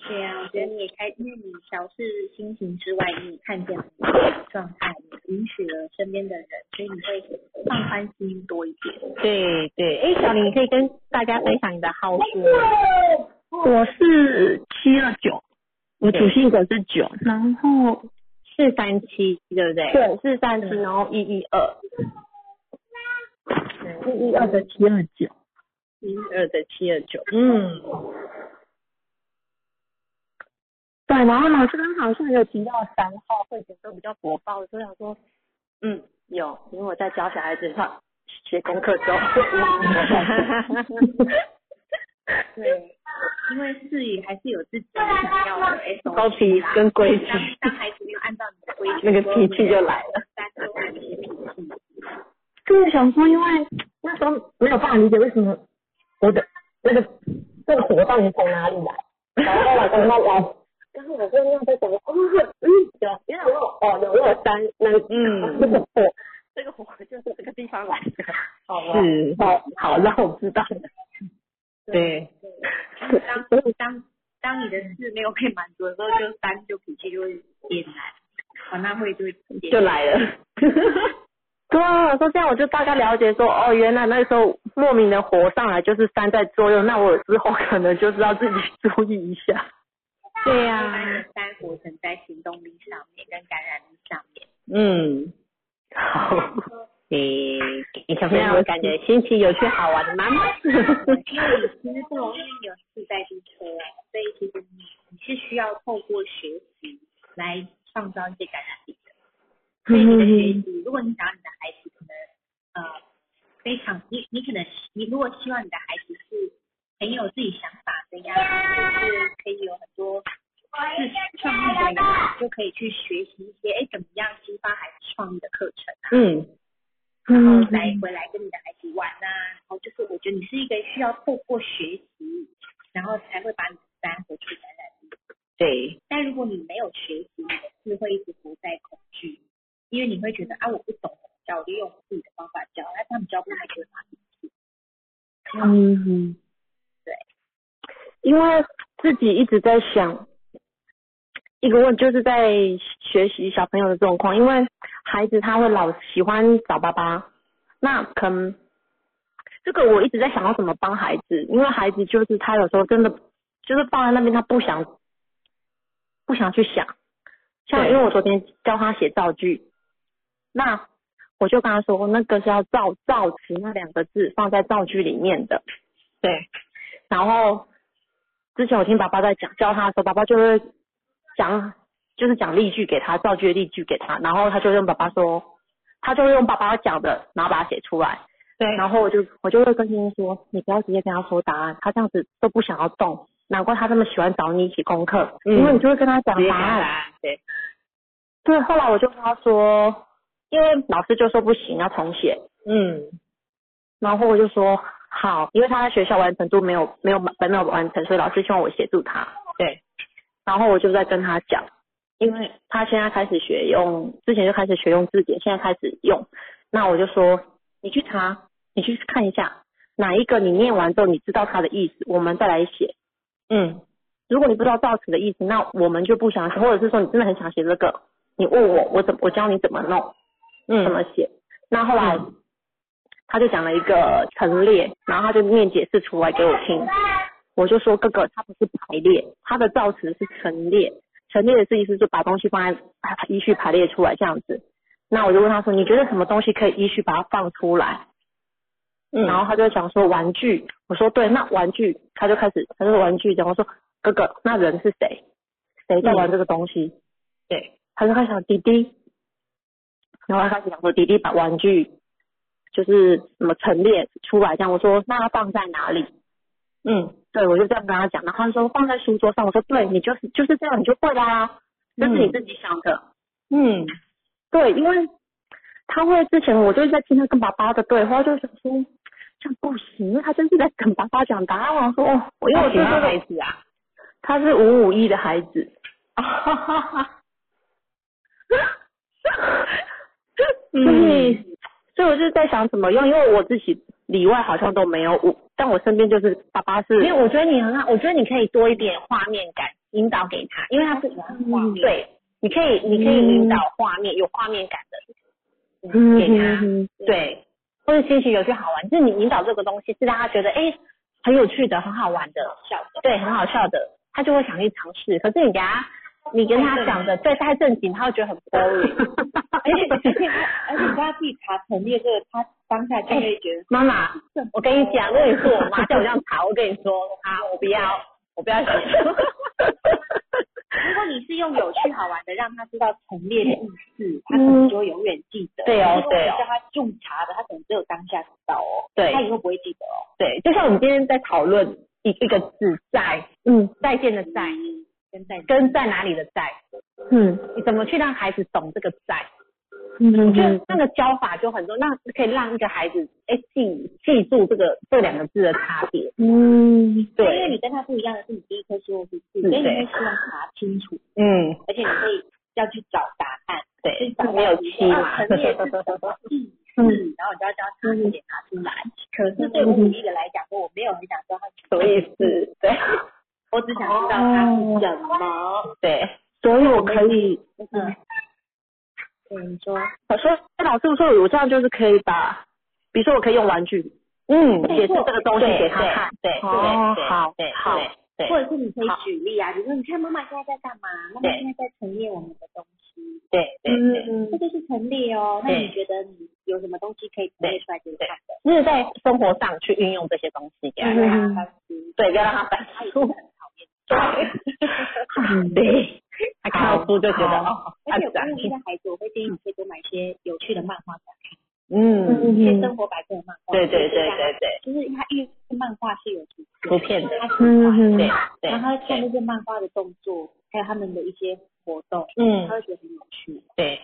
S2: 对啊，我觉得你也开，因为你调试心情之外，你也看见了你的状态，你允许了身边的人，所以你会放宽心多一点。
S5: 对对，哎，小林，你可以跟大家分享你的号数吗，
S1: 我是七二九，我主性格是九，然后
S5: 四三七，对不对？
S1: 对是三七，然后一一二，一一二的七二九。
S5: 一二的七二九，嗯，
S1: 对，然后老师刚好像有提到三号会觉得比较火爆，所以想说，嗯，有，因为我在教小孩子上学功课之后，
S5: 嗯
S2: 对，因为事也还是有自己想要的哎 SOP
S5: 包皮
S2: 啦
S5: 跟规矩，
S2: 当当孩子没有按照你的规矩，
S5: 那个脾气就来了。
S2: 三个大脾气。
S1: 就是想说，因为那时候没有办法理解为什么我的那个这个火到底从哪里来，然后后来跟他聊。然后我跟那在讲，哦，嗯，有，原来我有哦，有我有三，那
S5: 嗯
S1: 这个火，这个火就是这个地方来的，好吧？
S5: 是，
S1: 好，好，让我知道了。
S5: 对，
S2: 当当当你的事没有被满足的时候，就三就脾气就会变来，好，那会就会变
S5: 就来了。
S1: 对啊，说这样我就大概了解说，哦，原来那时候莫名的火上来就是山在作用，那我之后可能就知道自己注意一下。
S5: 对呀、
S2: 把你的三活成在行动力上面跟感染力上面。
S5: 嗯，
S1: 好，
S5: 你你小朋友感觉新奇、有趣、好玩的妈妈。
S1: 嗯
S2: 因为你其实不容易有自在之车啊，所以其实你你是需要透过学习来创造一些感染力的。所以你的学习，如果你想要你的孩子可能呃非常，你你可能你如果希望你的孩子是很有自己想法的呀，就是可以有很多是创意的呀，就可以去学习一些哎怎么样激发孩子创意的课程啊。
S5: 嗯，
S2: 然后来回来跟你的孩子玩啊，然后就是我觉得你是一个需要透过学习，然后才会把你的三活出感染力。
S5: 对，
S2: 但如果你没有学习，你的是会一直活在恐惧，因为你会觉得啊我不懂怎么教，我就用我自己的方法教，那他们教不来就发脾气。
S1: 嗯，
S2: 对，
S1: 因为自己一直在想一个问，就是在学习小朋友的状况，因为孩子他会老喜欢找爸爸，那可能这个我一直在想要怎么帮孩子，因为孩子就是他有时候真的就是放在那边，他不想不想去想，像
S5: 对
S1: 因为我昨天教他写造句，那我就跟他说，那个是要造造词那两个字放在造句里面的。
S5: 对，
S1: 然后之前我听爸爸在讲教他的时候，爸爸就会讲就是讲例句给他，造句的例句给他，然后他就用爸爸说，他就用爸爸讲的，然后把它写出来。
S5: 对
S1: 然后我就我就会跟先生说，你不要直接跟他说答案，他这样子都不想要动，难怪他这么喜欢找你一起功课，
S5: 嗯
S1: 因为你就会跟他讲
S5: 直接
S1: 答
S5: 讲答
S1: 案。
S5: 案，对，
S1: 对，后来我就跟他说，因为老师就说不行，要重写。
S5: 嗯，
S1: 然后我就说好，因为他在学校完成度没有没有没有完成，所以老师希望我协助他。
S5: 对，然后我就在跟他讲，因为他现在开始学用，之前就开始学用字典，现在开始用。那我就说，你去查，你去看一下哪一个你念完之后你知道它的意思，我们再来写。
S3: 嗯，
S5: 如果你不知道造词的意思，那我们就不想写，或者是说你真的很想写这个，你问我，我怎我教你怎么弄，
S3: 嗯
S5: 怎么写。那后来、他就讲了一个陈列，然后他就念解释出来给我听。我就说哥哥，它不是排列，它的造词是陈列，陈列的意思就把东西放在啊依序排列出来这样子。那我就问他说，你觉得什么东西可以依序把它放出来？
S3: 嗯
S5: 然后他就想说玩具，我说对，那玩具，他就开始他就说玩具，然后说哥哥，那人是谁？谁在玩这个东西？对，他就开始想滴滴，
S3: 嗯
S5: 然后他开始想说滴滴把玩具就是什么陈列出来，这样我说那要放在哪里？
S3: 嗯
S5: 对，我就这样跟他讲，然后他说放在书桌上，我说对，你就是就是这样，你就会啦，这是你自己想的。
S3: 嗯
S5: 对，因为他会之前我就在听他跟爸爸的对话，就想说这样不行，因为他就是在跟爸爸讲答案。我想说哦，我因为我
S3: 他喜
S5: 听
S3: 欢
S5: 说
S3: 孩
S5: 子啊，他是五五一的孩子，所以、所以我就在想怎么用，因为我自己里外好像都没有五，但我身边就是爸爸是
S1: 没有，我觉得你很好，我觉得你可以多一点画面感引导给他，因为他是
S2: 面
S1: 对，你可以你可以引导画面，有画面感的给他，
S5: 嗯
S1: 对，或者兴趣有些好玩，就是你引导这个东西是让他觉得哎、诶很有趣的、很好玩的，笑对，很好笑的，他就会想去尝试。可是你给他，你跟
S5: 哦
S1: 他讲的对太正经，他会觉得很 boring。
S2: 而且而且他而且你知道自己查陈列这个，他当下就会觉得
S1: 妈妈，我跟你讲，如果你是我妈叫我这样查，我跟你说啊，我不要，我不要想。
S2: 如果你是用有趣好玩的让他知道陈列的意思，他可能就会永远记得。
S1: 嗯对哦
S2: 如果
S1: 对
S2: 你
S1: 哦
S2: 叫他用查的，他可能只有当下知道哦，
S1: 对
S2: 他以后不会记得哦。
S1: 对，就像我们今天在讨论一一个字“在”，嗯，在线的“在
S2: 现在”
S1: 跟在哪里的“在
S5: 嗯”，
S1: 你怎么去让孩子懂这个“在”？
S5: 嗯
S1: 我觉得那个教法就很重要，那可以让一个孩子哎记记住这个这两个字的差别。
S2: 因
S5: 嗯
S2: 为
S1: 对，
S2: 你跟他不一样的是，你第一颗希望是字，所以你会希望查清楚，
S1: 嗯，
S2: 而且你会要去找答案，
S1: 对
S2: 去找
S1: 没有
S2: 七
S1: 七嘛嗯
S2: 陈列是什 么意思，然后你就要教他一点查出来。可是对五五一的来讲，我没有很想知道
S1: 什
S2: 他
S1: 么意思？对
S2: 我只想知道他是什么。
S1: 对，
S5: 所以我可以，
S2: 嗯，对，你说，
S5: 我说哎老师我说我这样就是可以把，比如说我可以用玩具
S1: 嗯
S5: 解释这个东西
S1: 对
S5: 给他看，
S1: 对对
S5: 哦
S1: 对
S5: 好
S1: 对
S5: 好
S1: 对
S2: 或者是你可以
S1: 好
S2: 举例啊，比如说，你看妈妈现在在干嘛？妈妈现在在陈列我们的东西，
S1: 对对对，
S5: 嗯
S2: 这就是陈列哦。那
S1: 对
S2: 你觉得你有什么东西可以陈列出来给我看的？
S1: 就是在生活上去运用这些东西给他看，
S2: 让他知
S1: 对，不要让他反
S2: 他也
S1: 思
S2: 是很。讨厌。
S1: 对，他看到书就觉得
S5: 好
S1: 哦，他
S2: 而且我
S1: 长
S2: 跟一的孩子，我会建议你可以多买一些有趣的漫画给他
S1: 嗯，
S2: 看，一些生活百科的漫画。
S1: 对对对
S2: 就是
S1: 对对，
S2: 这样，就是他因为漫画是有图
S1: 图片的，
S2: 他喜
S5: 嗯
S2: 欢，
S1: 对对
S2: 然后看那些漫画的动作，还有他们的一些活动，
S1: 嗯
S2: 他会觉得很有趣，
S1: 对，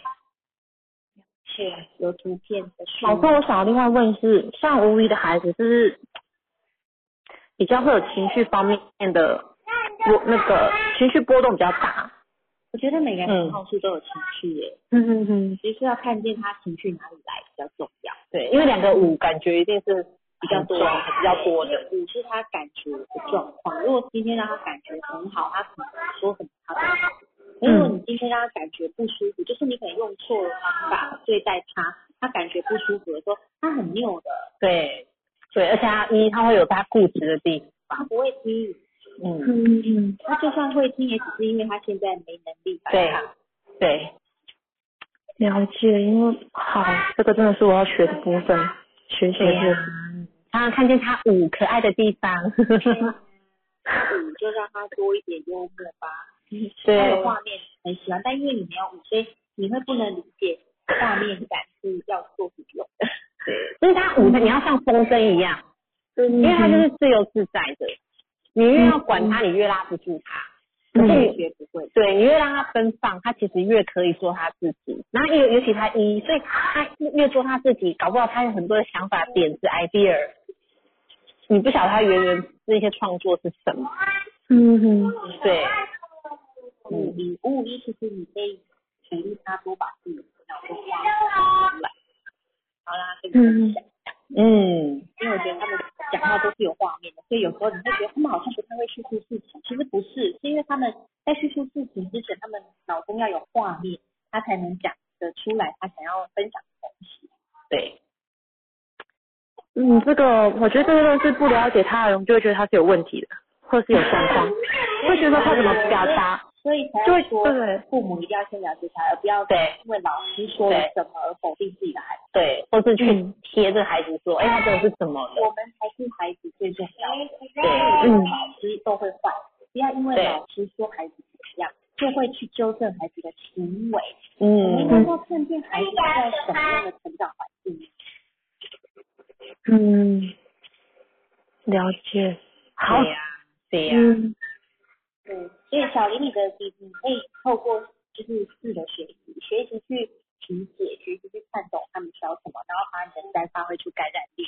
S2: 且有图片的书。
S5: 老师，我想要另外问是，像无疑的孩子，是不是比较会有情绪方面的波那个情绪波动比较大？
S2: 我觉得每个
S1: 嗯
S2: 人到处都有情绪耶，
S5: 嗯嗯嗯，
S2: 其实要看见他情绪哪里来比较重要。
S1: 对，因为两个五感觉一定是比较多、比较多
S2: 因为
S1: 的。
S2: 五是他感觉的状况，如果今天让他感觉很好，他可能说很好。如果你今天让他感觉不舒服，就是你可能用错了方法对待他，他感觉不舒服的时候，他很拗的，
S5: 嗯
S1: 对，对，而且他一他会有他固执的地
S2: 他不会听，
S1: 方，嗯，
S2: 他就算会听，也只是因为他现在没能力反
S1: 对
S2: 抗。，
S1: 对，
S5: 了解，因为好，这个真的是我要学的部分，学习的部分。
S1: 常常看见他五可爱的地 方，
S2: 五就让他多一点幽默吧，他
S1: 对
S2: 有画面很喜欢，但因为你没有五，所以你会不能理解画面感是要做什么用的。
S1: 就是他五你要像风筝一样，因为
S5: 嗯
S1: 他就是自由自在的，你越要管他，你越拉不住他。可
S5: 嗯
S1: 是你
S2: 绝不会。
S1: 对，你越让他奔放，他其实越可以做他自己。然后尤尤其他一，所以他越做他自己，搞不好他有很多的想法、点子、idea，你不晓得他原源那些创作是什么。
S5: 嗯哼，
S1: 对，
S2: 五五一，五五一其实你可以鼓励他多把自己的资料都挖出来。好啦，跟你分享，
S3: 嗯，
S2: 因为我觉得他们讲话都是有画面的，所以有时候你会觉得他们好像不太会叙述事情，其实不是，是因为他们在叙述事情之前，他们脑中要有画面，他才能讲得出来他想要分享的东西。对，
S5: 嗯，这个我觉得这个都是不了解他的人，就会觉得他是有问题的，或是有状况， 会觉得他怎么表达，
S2: 所以才
S5: 就会
S2: 要说
S5: 对
S2: 父母一定要先了解他，而不要
S1: 对
S2: 因为老师说了什么而否定自己的孩子。
S1: 对，或是去
S5: 嗯
S1: 贴着孩子说，哎、他真的是怎么了？
S2: 我们才是孩子最重要的，
S1: 对
S5: 嗯
S2: 老师都会坏，不要因为
S1: 对
S2: 老师说孩子怎么样，就会去纠正孩子的行为。我们应该
S3: 嗯，
S2: 要看见孩子在什么样的成长环境。
S5: 嗯，了解，好，
S1: 对呀、 对呀、
S5: 嗯，
S2: 对，所以小林，你的你你可以透过就是自的学习，学习去理解，学习去看懂他们需要什么，然后把你的再发挥出感染力，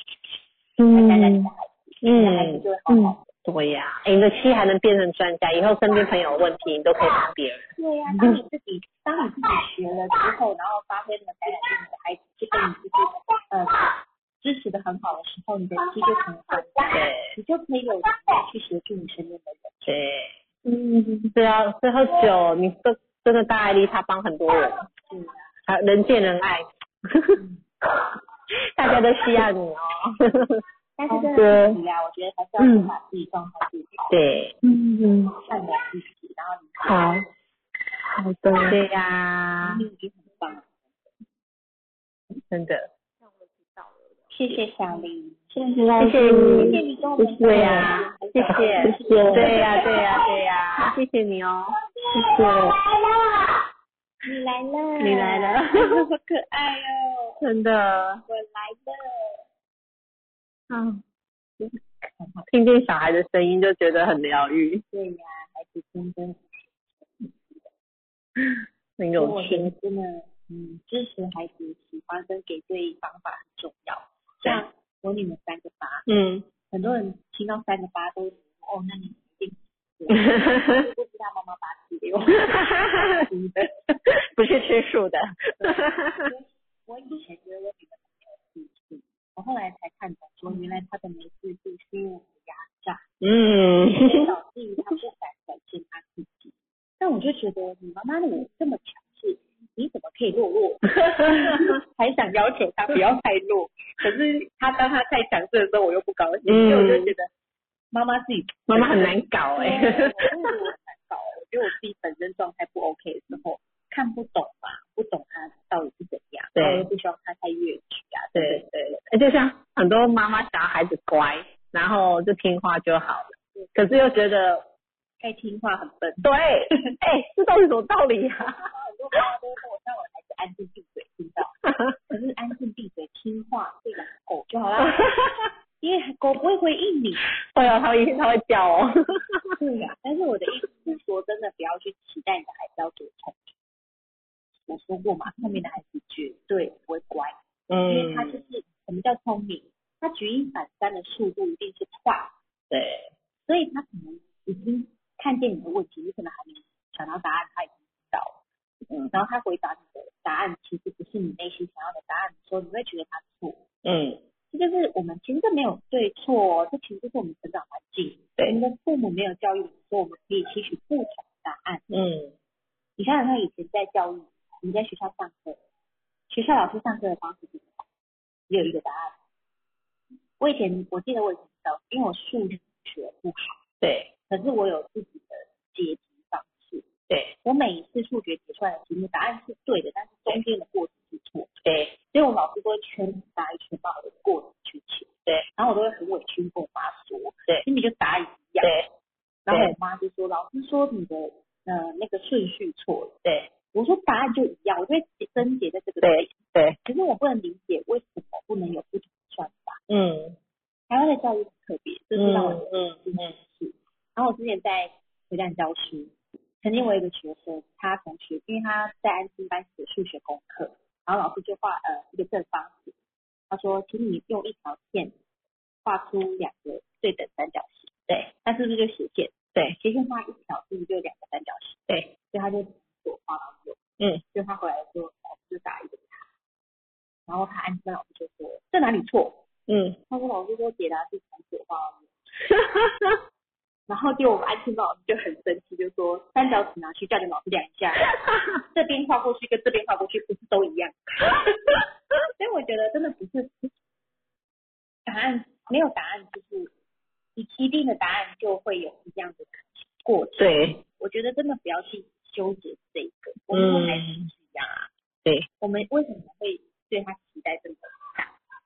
S2: 再
S5: 嗯
S2: 感染你的孩子，你的孩子
S1: 嗯，
S2: 就会好好。
S1: 对呀、哎你的妻还能变成专家，以后身边朋友有问题，你都可以帮别人。
S2: 对呀、当你自己当你自己学了之后，然后发挥你的感染力，你的孩子就被你自己呃支持的很好的时候，你的期就很好，
S1: 对
S2: 你就可以有能力去协助你身边的人。
S1: 对，嗯，对啊，最后酒，你这真的大爱丽她帮很多人，
S2: 嗯，
S1: 还人见人爱， 大家都需要你哦。
S2: 但是真的自己啊，我觉得还是要先把自己状态自己好，
S1: 对，
S5: 嗯，
S2: 善良自己，然后你
S5: 好，好的，
S1: 对呀、
S2: 你已经很棒了。
S1: 真的，
S2: 谢谢小林，
S4: 谢谢老师，
S1: 谢谢
S2: 谢
S1: 你
S2: 谢你跟我们
S1: 对呀、谢谢，
S4: 谢谢
S1: 对呀、对呀、对呀、谢谢你哦，
S4: 谢谢。
S2: 你来了，
S1: 你来了
S2: 好可爱哦，
S1: 真的，
S2: 我来了。
S1: 嗯，听见小孩的声音就觉得很疗愈，
S2: 对呀、孩子真的
S1: 很
S2: 所以
S1: 有
S2: 我觉
S1: 趣
S2: 得，真的，嗯，支持孩子喜欢跟给对方法很重要。像有你们三个八，
S1: 嗯，
S2: 很多人听到三个八都会说哦，那你一定是不知道妈妈八几六，
S1: 不是吃素的，
S2: 我以前觉得我女儿没有自信，我后来才看懂，说原来她的没自信是因为我们压榨。所以
S1: 嗯，
S2: 导致于他不敢展现他自己。但我就觉得你妈妈的我这么强势，你怎么可以弱弱？ 还想要求他不要太弱，可是他当他太强势的时候，我又不高兴，
S1: 嗯
S2: 所以我就觉得妈妈自己
S1: 妈妈很难搞
S2: 对，
S1: 哎、
S2: 我觉得我很难搞，我觉得我自己本身状态不 OK 的时候，看不懂嘛，不懂他到底是怎样，
S1: 对
S2: 然后又不希望他太越矩啊，
S1: 对对对，哎就像很多妈妈想要孩子乖，然后就听话就好了，可是又觉得
S2: 太听话很笨。
S1: 对，哎、这到底什么道理啊？
S2: 很多妈妈都会说，我让我的孩子安静闭嘴，听 到。可是安静闭嘴，听话，对养狗就好 啦，因为狗不会回应你。
S1: 会哦，他会他会叫 哦。
S2: 对呀、但是我的意思是说，真的不要去期待你的孩子要多聪明。我说过嘛，聪明的孩子绝对不会乖，因为他就是什么叫聪明，他举一反三的速度一定是快，
S1: 对，
S2: 所以他可能已经看见你的问题，你可能还没想到答案，他已经知道了。嗯，然后他回答你的答案其实不是你内心想要的答案的时候，你会觉得他错。
S1: 嗯，
S2: 这就是我们其实这没有对错哦，这其实就是我们成长环境。
S1: 对
S2: 我们的父母没有教育，所以我们可以吸取不同的答案。
S1: 嗯，
S2: 你想想看，以前在教育，你在学校上课，学校老师上课的方式是什么？只有一个答案。我以前我记得我以前教，因为我数学不好，
S1: 对
S2: 可是我有自己的解题方式。
S1: 对
S2: 我每一次数学解出来的题目答案是对的，但是中间的过程是错的。
S1: 对
S2: 所以我老师都会圈打一圈把我的过程圈起来。
S1: 对，
S2: 然后我都会很委屈地跟我妈说，
S1: 对
S2: 心里就打一样。
S1: 对
S2: 然后我妈就说，老师说你的呃那个顺序错了。
S1: 对
S2: 我说答案就一样，我就会纠结在这个点
S1: 对。对，
S2: 可是我不能理解为什么不能有不同的算法。
S1: 嗯
S2: 台湾的教育很特别，这是让我
S1: 嗯嗯嗯，
S2: 然后我之前在回南教书，曾经我有一个学生，他同学，因为他在安心班写数学功课，然后老师就画呃一个正方形，他说，请你用一条线画出两个对等三角形。
S1: 对，
S2: 那是不是就斜线？
S1: 对，
S2: 斜线画一条是不是就有两个三角形？
S1: 对，
S2: 所以他就左滑到右，
S1: 嗯，
S2: 就他回来说老师打一个他，然后他安静，老师就说这哪里错？
S1: 嗯，
S2: 他说老师说解答是从左到右， 然后结果我们安庆老师就很生气，就说三角尺拿去叫你老师量一 下，这边画过去跟这边画过去不是都一样？ 所以我觉得真的不是答案，没有答案就是一一定的答案就会有这样的过程。
S1: 对，
S2: 我觉得真的不要去纠结这个，我们还是一样啊。
S1: 嗯对，
S2: 我们为什么会对他期待这么大？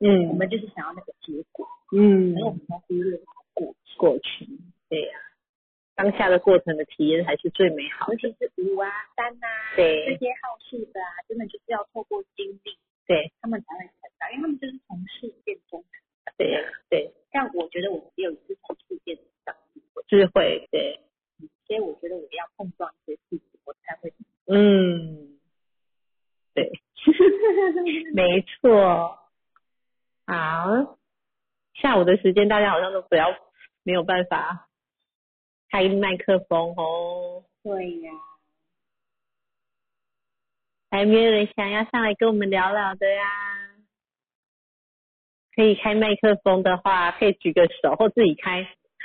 S1: 嗯
S2: 我们就是想要那个结果，
S1: 嗯
S2: 所以我们才忽略它的过程，
S1: 过去，对呀、当下的过程的体验才是最美好
S2: 尤
S1: 的。
S2: 其是五啊、三啊这
S1: 对
S2: 些好事的啊，真的就是要透过经历，
S1: 对
S2: 他们才会成长，因为他们就是从事件中成长。
S1: 对呀、对，
S2: 但我觉得我只有一次从事件成长，
S1: 智慧，对，
S2: 所以我觉得我要碰撞一些事情，我才会
S1: 嗯，对，没错。好，下午的时间大家好像都不要没有办法开麦克风哦。
S2: 对呀、
S1: 还没有人想要上来跟我们聊聊的呀、可以开麦克风的话，可以举个手或自己开，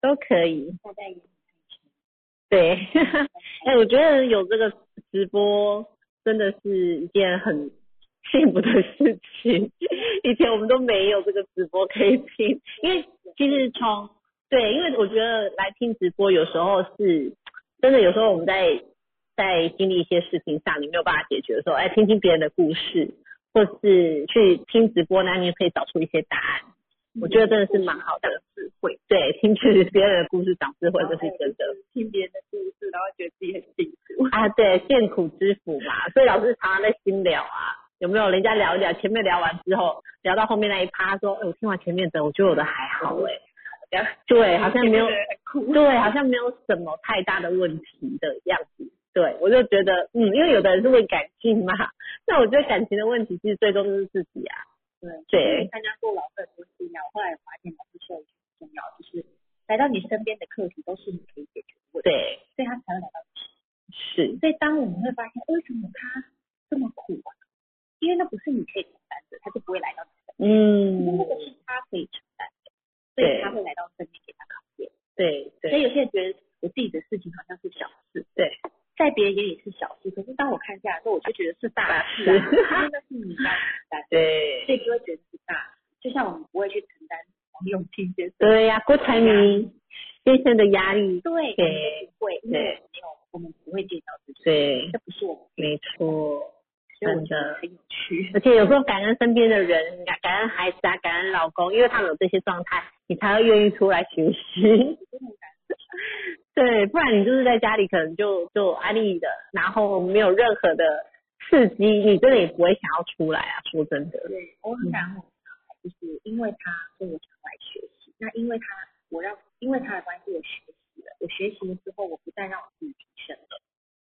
S1: 都可以。
S2: 大家也很开心。
S1: 对，哎、我觉得有这个直播真的是一件很幸福的事情。以前我们都没有这个直播可以听，因为其实从对，因为我觉得来听直播有时候是真的，有时候我们在在经历一些事情上，你没有办法解决的时候，哎，听听别人的故事，或是去听直播，那你也可以找出一些答案。我觉得真的是蛮好的智慧，对，听取别人的故事长智慧，这是真的。
S2: 听别人的故事，然后觉得自己很幸福。
S1: 啊，对，见苦知福嘛，所以老师常常在心聊啊，有没有？人家聊一聊，前面聊完之后，聊到后面那一趴，说，哎、我听完前面的，我觉得我的还好哎、然后对，好像没有，对，好像没有什么太大的问题的样子。对，我就觉得，嗯，因为有的人是为感情嘛，那我觉得感情的问题其实最终都是自己啊。
S2: 对，
S1: 对
S2: 参加过老师很多次然后后来我发现老师说的很重要，就是来到你身边的课题都是你可以解决的问题，
S1: 对，
S2: 所以他才会来到你身边。
S1: 是，
S2: 所以当我们会发现哎为什么他这么苦啊，因为那不是你可以承担的，他就不会来到你身边，
S1: 嗯
S2: 因为那，个是他可以承担的，所以他会来到身边给他考验。
S1: 对
S2: 所
S1: 对
S2: 以有些人觉得我自己的事情好像是小事，
S1: 对，
S2: 在别人眼里是小事，可是当我看下来之后，我就觉得是大事 啊，因为那是你要承担的。
S1: 对
S2: 所以就会觉得是大。就像我们不会去承担王永庆先生，
S1: 对呀、郭台铭先生的压力，
S2: 对，我们不会，因为我们没有，我们不会见到自己，
S1: 对。
S2: 这不是我们，
S1: 没错，
S2: 所以我
S1: 真
S2: 觉得
S1: 的。
S2: 很有趣。
S1: 而且有时候感恩身边的人，感感恩孩子啊，感恩老公，因为他们有这些状态，你才会愿意出来学习。 对，不然你就是在家里可能就就安利的，然后没有任何的刺激，你真的也不会想要出来啊。说真的，
S2: 对，我很感恩我的小孩，就是因为他，所以我想来学习。那因为他，我让，因为他的关系，我学习了。我学习了之后，我不但让我自己提升了，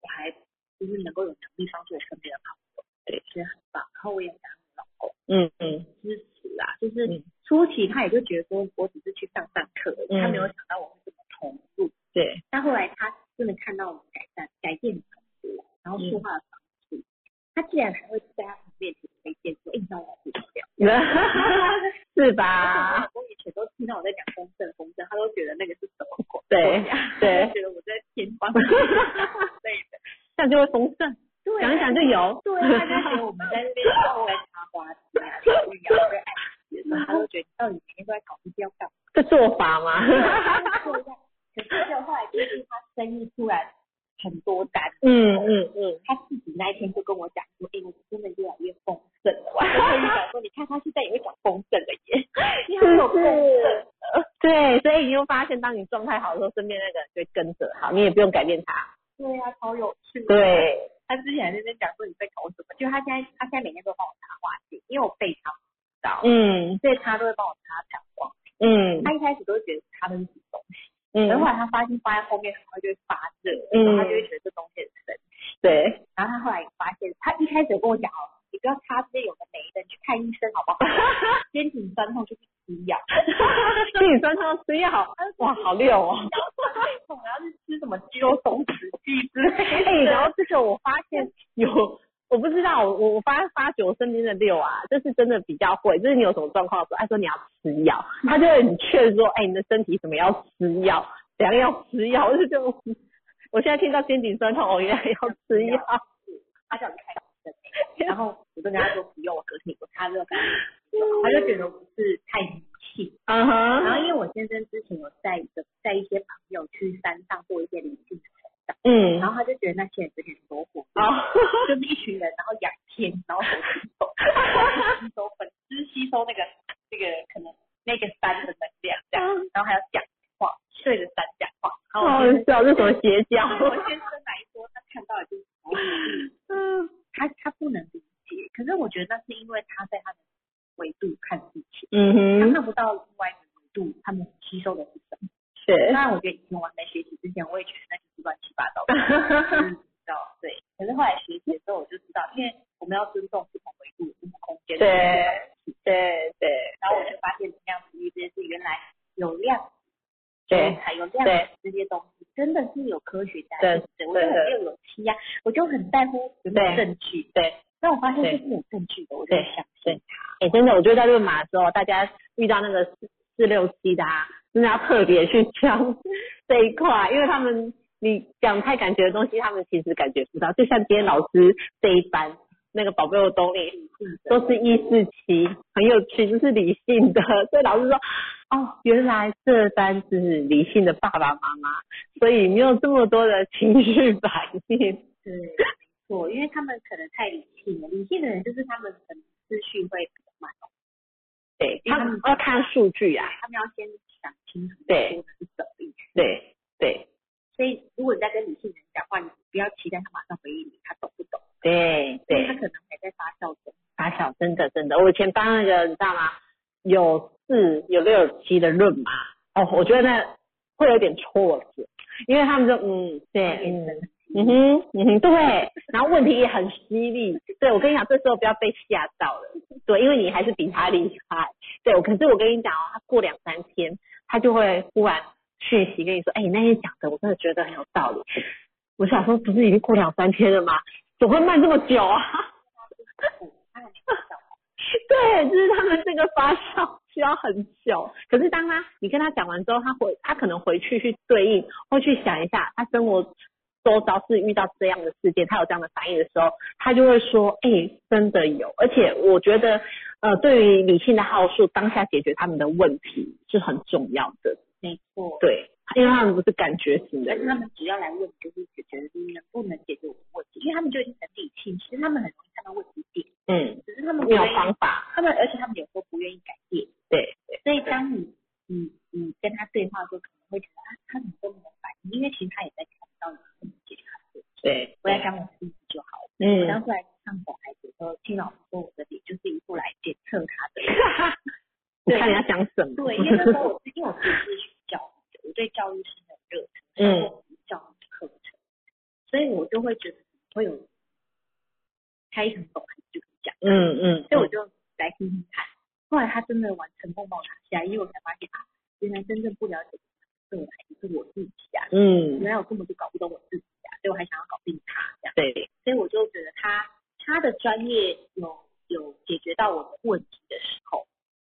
S2: 我还就是能够有能力帮助我身边的朋友，
S1: 对，
S2: 觉得很棒。然后我也很感恩我老公。
S1: 嗯嗯，
S2: 支持啦，就是
S1: 嗯
S2: 初期他也就觉得说我只是去上上课，
S1: 嗯
S2: 他没有想到我会这么投入。
S1: 对，
S2: 但后来他真的看到我们改善改变很多，然后
S1: 嗯
S2: 说话的方式，他竟然还会在他旁边去推荐说，哎你知道我怎么样？
S1: 是
S2: 而且我
S1: 吧
S2: 老？公以前都听到我在讲公正公正，他都觉得那个是什么鬼？啊
S1: 对
S2: 他
S1: 对
S2: 就，觉得我在偏 帮之类的。
S1: 这样就会丰盛，
S2: 对，
S1: 想一想就有。
S2: 对，啊他就觉得我们在那边在插花枝啊、钓鱼啊、在爱情，然后他就觉得到底每天都在搞这些要干嘛？
S1: 这做法嘛，
S2: 可是的话，就是他生意突然很多单，
S1: 嗯嗯嗯，
S2: 他自己那一天就跟我讲说，哎、我真的越来越丰盛了。我还跟你讲说，你看他现在也会讲丰盛了耶，你
S1: 是
S2: 很有
S1: 不
S2: 丰盛。
S1: 是？对，所以你就发现，当你状态好的时候，身边那个人就会跟着好，你也不用改变他。
S2: 对啊，超有趣。，
S1: 对，
S2: 他之前还在那边讲说你在搞什么，就他现在他现在每天都帮我插花镜，因为我被他知道，
S1: 嗯
S2: 所以他都会帮我插墙花。
S1: 嗯
S2: 他一开始都会觉得他都是什么东西，然后
S1: 嗯，
S2: 后来他发现放在后面很快就会发热，
S1: 嗯
S2: 然后他就会觉得这东西很神奇。
S1: 对，
S2: 然后他后来也发现，他一开始有跟我讲哦，你不要擦这些有的没的，你去看医生好不好？肩颈酸痛就去吃药，
S1: 心理酸痛吃药，哇，好溜哦。
S2: 然后去吃什么肌肉松弛剂之类的。
S1: 哎、然后这个我发现有，我不知道，我我发发觉我身边的六啊，就是真的比较会，就是你有什么状况的时候，他说你要吃药，他就会很劝说，哎、你的身体什么要吃药，怎样要吃药，我就觉得我我现在听到肩颈酸痛，我原来要吃药，
S2: 他叫你开导身体，欸然后我就跟他说不用，我隔天我他就 跟他他就觉得我是太迷信。
S1: 嗯
S2: 然后
S1: 哼，
S2: 因为我先生之前有带一个带一些朋友去山上做一些灵性的成长，
S1: 嗯，
S2: 然后他就觉得那些人有点多火，
S1: 哦，
S2: 就是一群人，然后养天，然后吸收吸 收粉，就是吸收那个那个可能那个山的能量这样，
S1: 嗯
S2: 然后还要讲话，对着山讲话，然后
S1: 好
S2: 我先生
S1: 笑，这什么邪教？
S2: 对 我先生来说，他看到的就是佛系
S1: 嗯
S2: 他他不能理解，可是我觉得那是因为他在他的维度看事情，他
S1: 嗯哼，
S2: 看不到另外一个维度，他们吸收的是什么。
S1: 是
S2: 当，然，我觉得以前我还没学习之前，我也觉得那就是乱七八糟的，嗯知道对。可是后来学习的时候，我就知道，因为我们要尊重不同维度、不同空间。
S1: 对。对对
S2: 然后我就发现能量频率这件事，原来有量，
S1: 对，
S2: 还有量
S1: 对
S2: 这些东西，真的是有科学家
S1: 对
S2: 的。我就很六有七啊，我就很在乎有没有
S1: 对
S2: 证据。
S1: 对。
S2: 但我发现这是有证据的，我就
S1: 对
S2: 相
S1: 对
S2: 信。
S1: 哎、真的，我觉得在论马的时候，大家遇到那个四四六七的、啊，真的要特别去挑这一块，因为他们你讲太感觉的东西，他们其实感觉不到。就像今天老师这一班，那个宝贝我懂你，都嗯是一四七，很有趣，就是理性的。 所以老师说，哦，原来这班是理性的爸爸妈妈，所以没有这么多的情绪反应。
S2: 对，没错，因为他们可能太理性了，理性的人就是他们可能思绪会比较慢。哦
S1: 对，他们要看数据啊，
S2: 他们要先想清楚
S1: 对
S2: 说的是什么意思。
S1: 对对
S2: 所以如果你在跟理性人讲话，你不要期待他马上回应你，他懂不懂？
S1: 对对
S2: 他。可能还在发酵中。
S1: 打小真的真的，我以前帮那个你知道吗？有四有六有七的论嘛，哦，我觉得那会有点挫折，因为他们就嗯对嗯嗯哼嗯哼对，然后问题也很犀利，对我跟你讲，这时候不要被吓到了，对，因为你还是比他厉害，对，我可是我跟你讲哦，他过两三天他就会忽然讯息跟你说，哎、你那天讲的我真的觉得很有道理，我想说不是已经过两三天了吗？怎么会慢这么久啊？ 对，就是他们这个发酵 需要很久。可是当他你跟他讲完之后，他回他可能回去去对应，或去想一下他生活周遭是遇到这样的事件，他有这样的反应的时候，他就会说，哎、真的有。而且我觉得，呃，对于理性的好数，当下解决他们的问题是很重要的。
S2: 没错，
S1: 对，因为他们不是感觉型的
S2: 但是
S1: 人。
S2: 他们只要来问，就是觉得你能不能解决我的问题，因为他们就已经很理性，其实他们很容易看到问题点，
S1: 嗯，
S2: 只是他们不
S1: 没有
S2: 愿意
S1: 方法。
S2: 他们而且他们有时候不愿意改变。
S1: 对
S2: 所以当你你你跟他对话的时候，可能会觉得啊，他怎么都没有反应，因为其实他也在看到你怎么解决他的问题。
S1: 对，
S2: 我要当我自己就好。我
S1: 嗯，
S2: 当初来上小孩子的时候，听老师说我的脸就是一副来检测他的。
S1: 你看你要讲什么？
S2: 对，因为那时候我因为我自己是学教育的，我对教育是很有热忱，
S1: 嗯
S2: 然后我教育课程，所以我就会觉得会有开一堂懂孩子就可以讲，
S1: 嗯嗯，
S2: 所以我就来听听看。后来他真的完成梦帮我拿下，因为我才发现啊，原来真正不了解我的孩子是我自己啊，
S1: 嗯，
S2: 原来我根本就搞不懂我自己啊，所以我还想要搞定他这样。
S1: 对，
S2: 所以我就觉得他他的专业有有解决到我的问题的时候，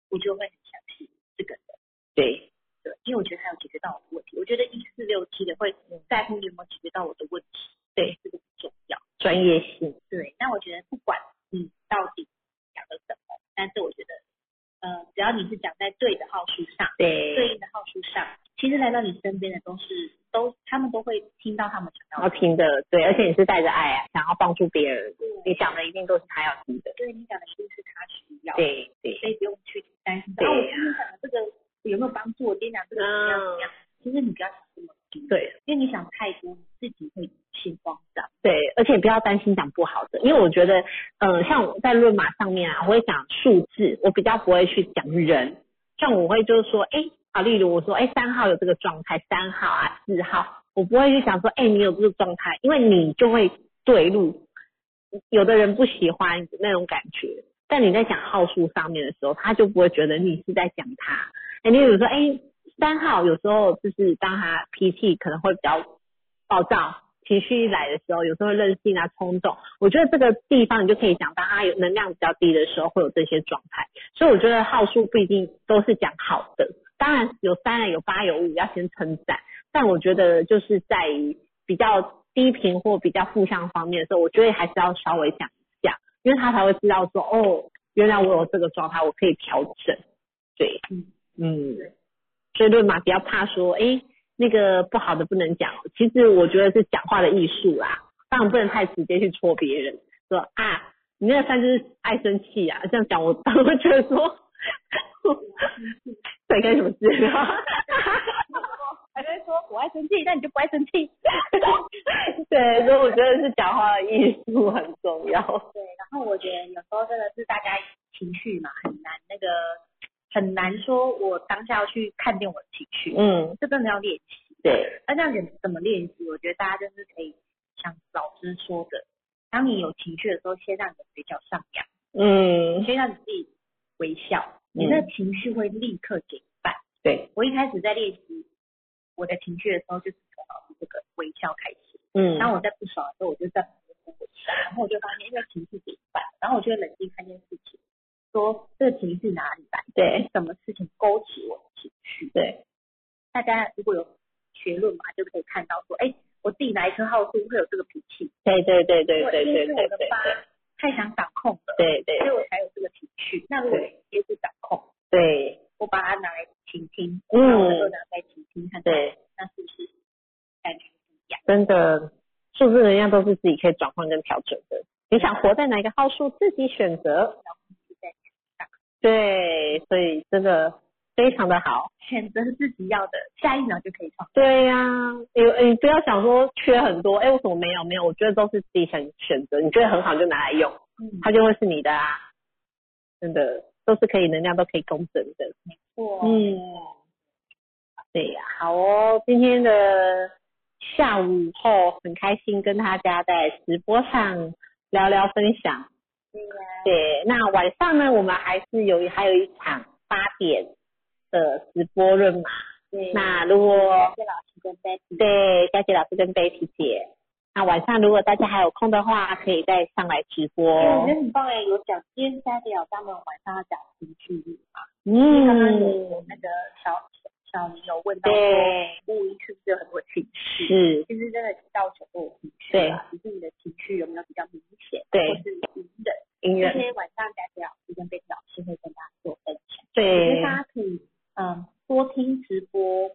S2: 我就会很相信这个人，
S1: 对。
S2: 对，因为我觉得他有解决到我的问题。我觉得一四六七的会在乎你有没有解决到我的问题，
S1: 对，
S2: 这个很重要。
S1: 专业性，
S2: 对，那我觉得不管你到底讲了什么，但是我觉得，呃，只要你是讲在对的号数上，对
S1: 对，
S2: 应的号数上，其实来到你身边的都是都他们都会听到他们想
S1: 然后
S2: 要的。
S1: 听的，对，而且你是带着爱啊，想要帮助别人，你想的一定都是他要听的，
S2: 对你讲的一定是他需要的。
S1: 对对，
S2: 所以不用去担心。
S1: 对嗯
S2: 啊，我今天讲的这个有没有帮助？我今天讲这个怎么样怎么样？其实你不要想这么多，
S1: 对
S2: 因为你想太多，你自己会心 慌张。
S1: 对，而且不要担心讲不好的，因为我觉得，呃，像我在论码上面啊，我会讲数字，我比较不会去讲人，像我会就是说，哎，啊，例如我说，哎，三号有这个状态，三号啊，四号，我不会去想说，哎，你有这个状态，因为你就会对路。有的人不喜欢那种感觉，但你在讲号数上面的时候，他就不会觉得你是在讲他。哎，例如说，哎，三号有时候就是当他脾气可能会比较暴躁。情绪一来的时候，有时候任性啊、冲动，我觉得这个地方你就可以想到，啊，有能量比较低的时候会有这些状态。所以我觉得号数不一定都是讲好的，当然有三啊、有八、有五要先称赞，但我觉得就是在于比较低频或比较负向方面的时候，我觉得还是要稍微讲一下，因为他才会知道说，哦，原来我有这个状态，我可以调整。对，嗯，所以论嘛，不要怕说，哎。那个不好的不能讲，其实我觉得是讲话的艺术啦，当然不能太直接去戳别人，说啊，你那个三就是爱生气啊，这样讲我 我觉得说， 在干什么事啊？
S2: 还在说我爱生气，那你就不爱生 气。
S1: 对，所以我觉得是讲话的艺术很重要。
S2: 对，然后我觉得有时候真的是大家情绪嘛，很难那个。很难说，我当下要去看见我的情绪，
S1: 嗯，
S2: 这真的要练习。
S1: 对，
S2: 那这样子怎么练习？我觉得大家就是可以像老师说的，当你有情绪的时候，先让你的嘴角上扬，
S1: 嗯，
S2: 先让你自己微笑，
S1: 嗯
S2: 你的情绪会立刻减半。
S1: 对，
S2: 我一开始在练习我的情绪的时候，就是从老师这个微笑开始。
S1: 嗯，
S2: 当我在不爽的时候，我就在旁边哭一下，然后我就发现，因为哎情绪怎么办？然后我就会冷静看一件事情，说这个情绪哪里来？哎
S1: 对，
S2: 什么事情勾起我的情绪？
S1: 对，
S2: 大家如果有学论嘛，就可以看到说，哎、我自己哪一颗号数会有这个脾气？
S1: 对对对对
S2: 我
S1: 对
S2: 因
S1: 对
S2: 为
S1: 对
S2: 我
S1: 对
S2: 的
S1: 对
S2: 八太想掌控了，
S1: 对
S2: 所
S1: 对
S2: 以我才有这个情绪。那如果
S1: 对
S2: 接触掌控，
S1: 对
S2: 我把它拿来倾听，
S1: 嗯
S2: 那我能够拿来倾听，看看
S1: 对。
S2: 那是不是感觉不一样？
S1: 真的，数字能量都是自己可以转换跟调整的。你想活在哪一个号数，自己选择。对，所以真的非常的好。
S2: 选择是自己要的，下一秒就可以创。
S1: 对呀、有你不要想说缺很多，哎，我怎么没有没有？我觉得都是自己想选择，你觉得很好就拿来用，
S2: 嗯，
S1: 它就会是你的啊。真的都是可以，能量都可以共振的。
S2: 错。
S1: 嗯，对呀、好哦，今天的下午后很开心跟大家在直播上聊聊分享。对，那晚上呢，我们还是有还有一场八点的直播论嘛。
S2: 对
S1: 那如果
S2: 谢谢老师跟 Betty。
S1: 对佳琪老师跟 Betty 姐，那晚上如果大家还有空的话，可以再上来直播
S2: 哎我
S1: 哦
S2: 觉。得很棒哎，有讲今天三聊，他们晚上要讲情绪力嘛，因为刚刚有有
S1: 嗯，
S2: 那个小小林有问到说，
S1: 对，
S2: 乌云是不是有很多情绪？
S1: 是，
S2: 其实真的提到很多情绪啊，只是你的情绪有没有比较明显，
S1: 对
S2: 或是隐忍？
S1: 音
S2: 今
S1: 乐，
S2: 天晚上佳琪老师跟贝蒂老师会跟大家做分享，我觉
S1: 对
S2: 得，大家可以嗯多听直播，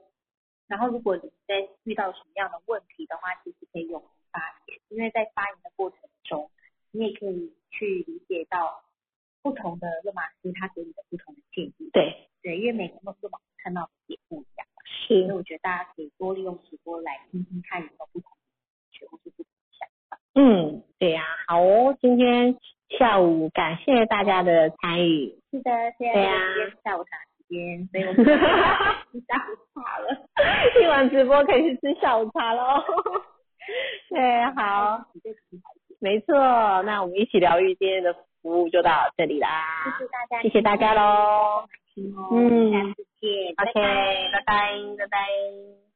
S2: 然后如果你在遇到什么样的问题的话，其实可以勇于发言，因为在发言的过程中，你也可以去理解到不同的论马师他给你的不同的建议，
S1: 对，
S2: 对，因为每个论马师看到的也不一样，所以
S1: 是，
S2: 我觉得大家可以多利用直播来听听看有没有不同的学或是不同的想法。
S1: 嗯，对呀、好哦，今天下午感谢大家的参与。
S2: 是的，现
S1: 对
S2: 在
S1: 啊
S2: 是下午茶时间，所以我们下午茶了。
S1: 听完直播可以去吃下午茶喽。 对，好，没错，那我们一起疗愈，今天的服务就到这里啊啦，
S2: 谢谢大家，
S1: 谢谢大家喽。
S2: 听哦，
S1: 嗯
S2: 下次见，拜拜。
S1: OK，拜拜，拜拜。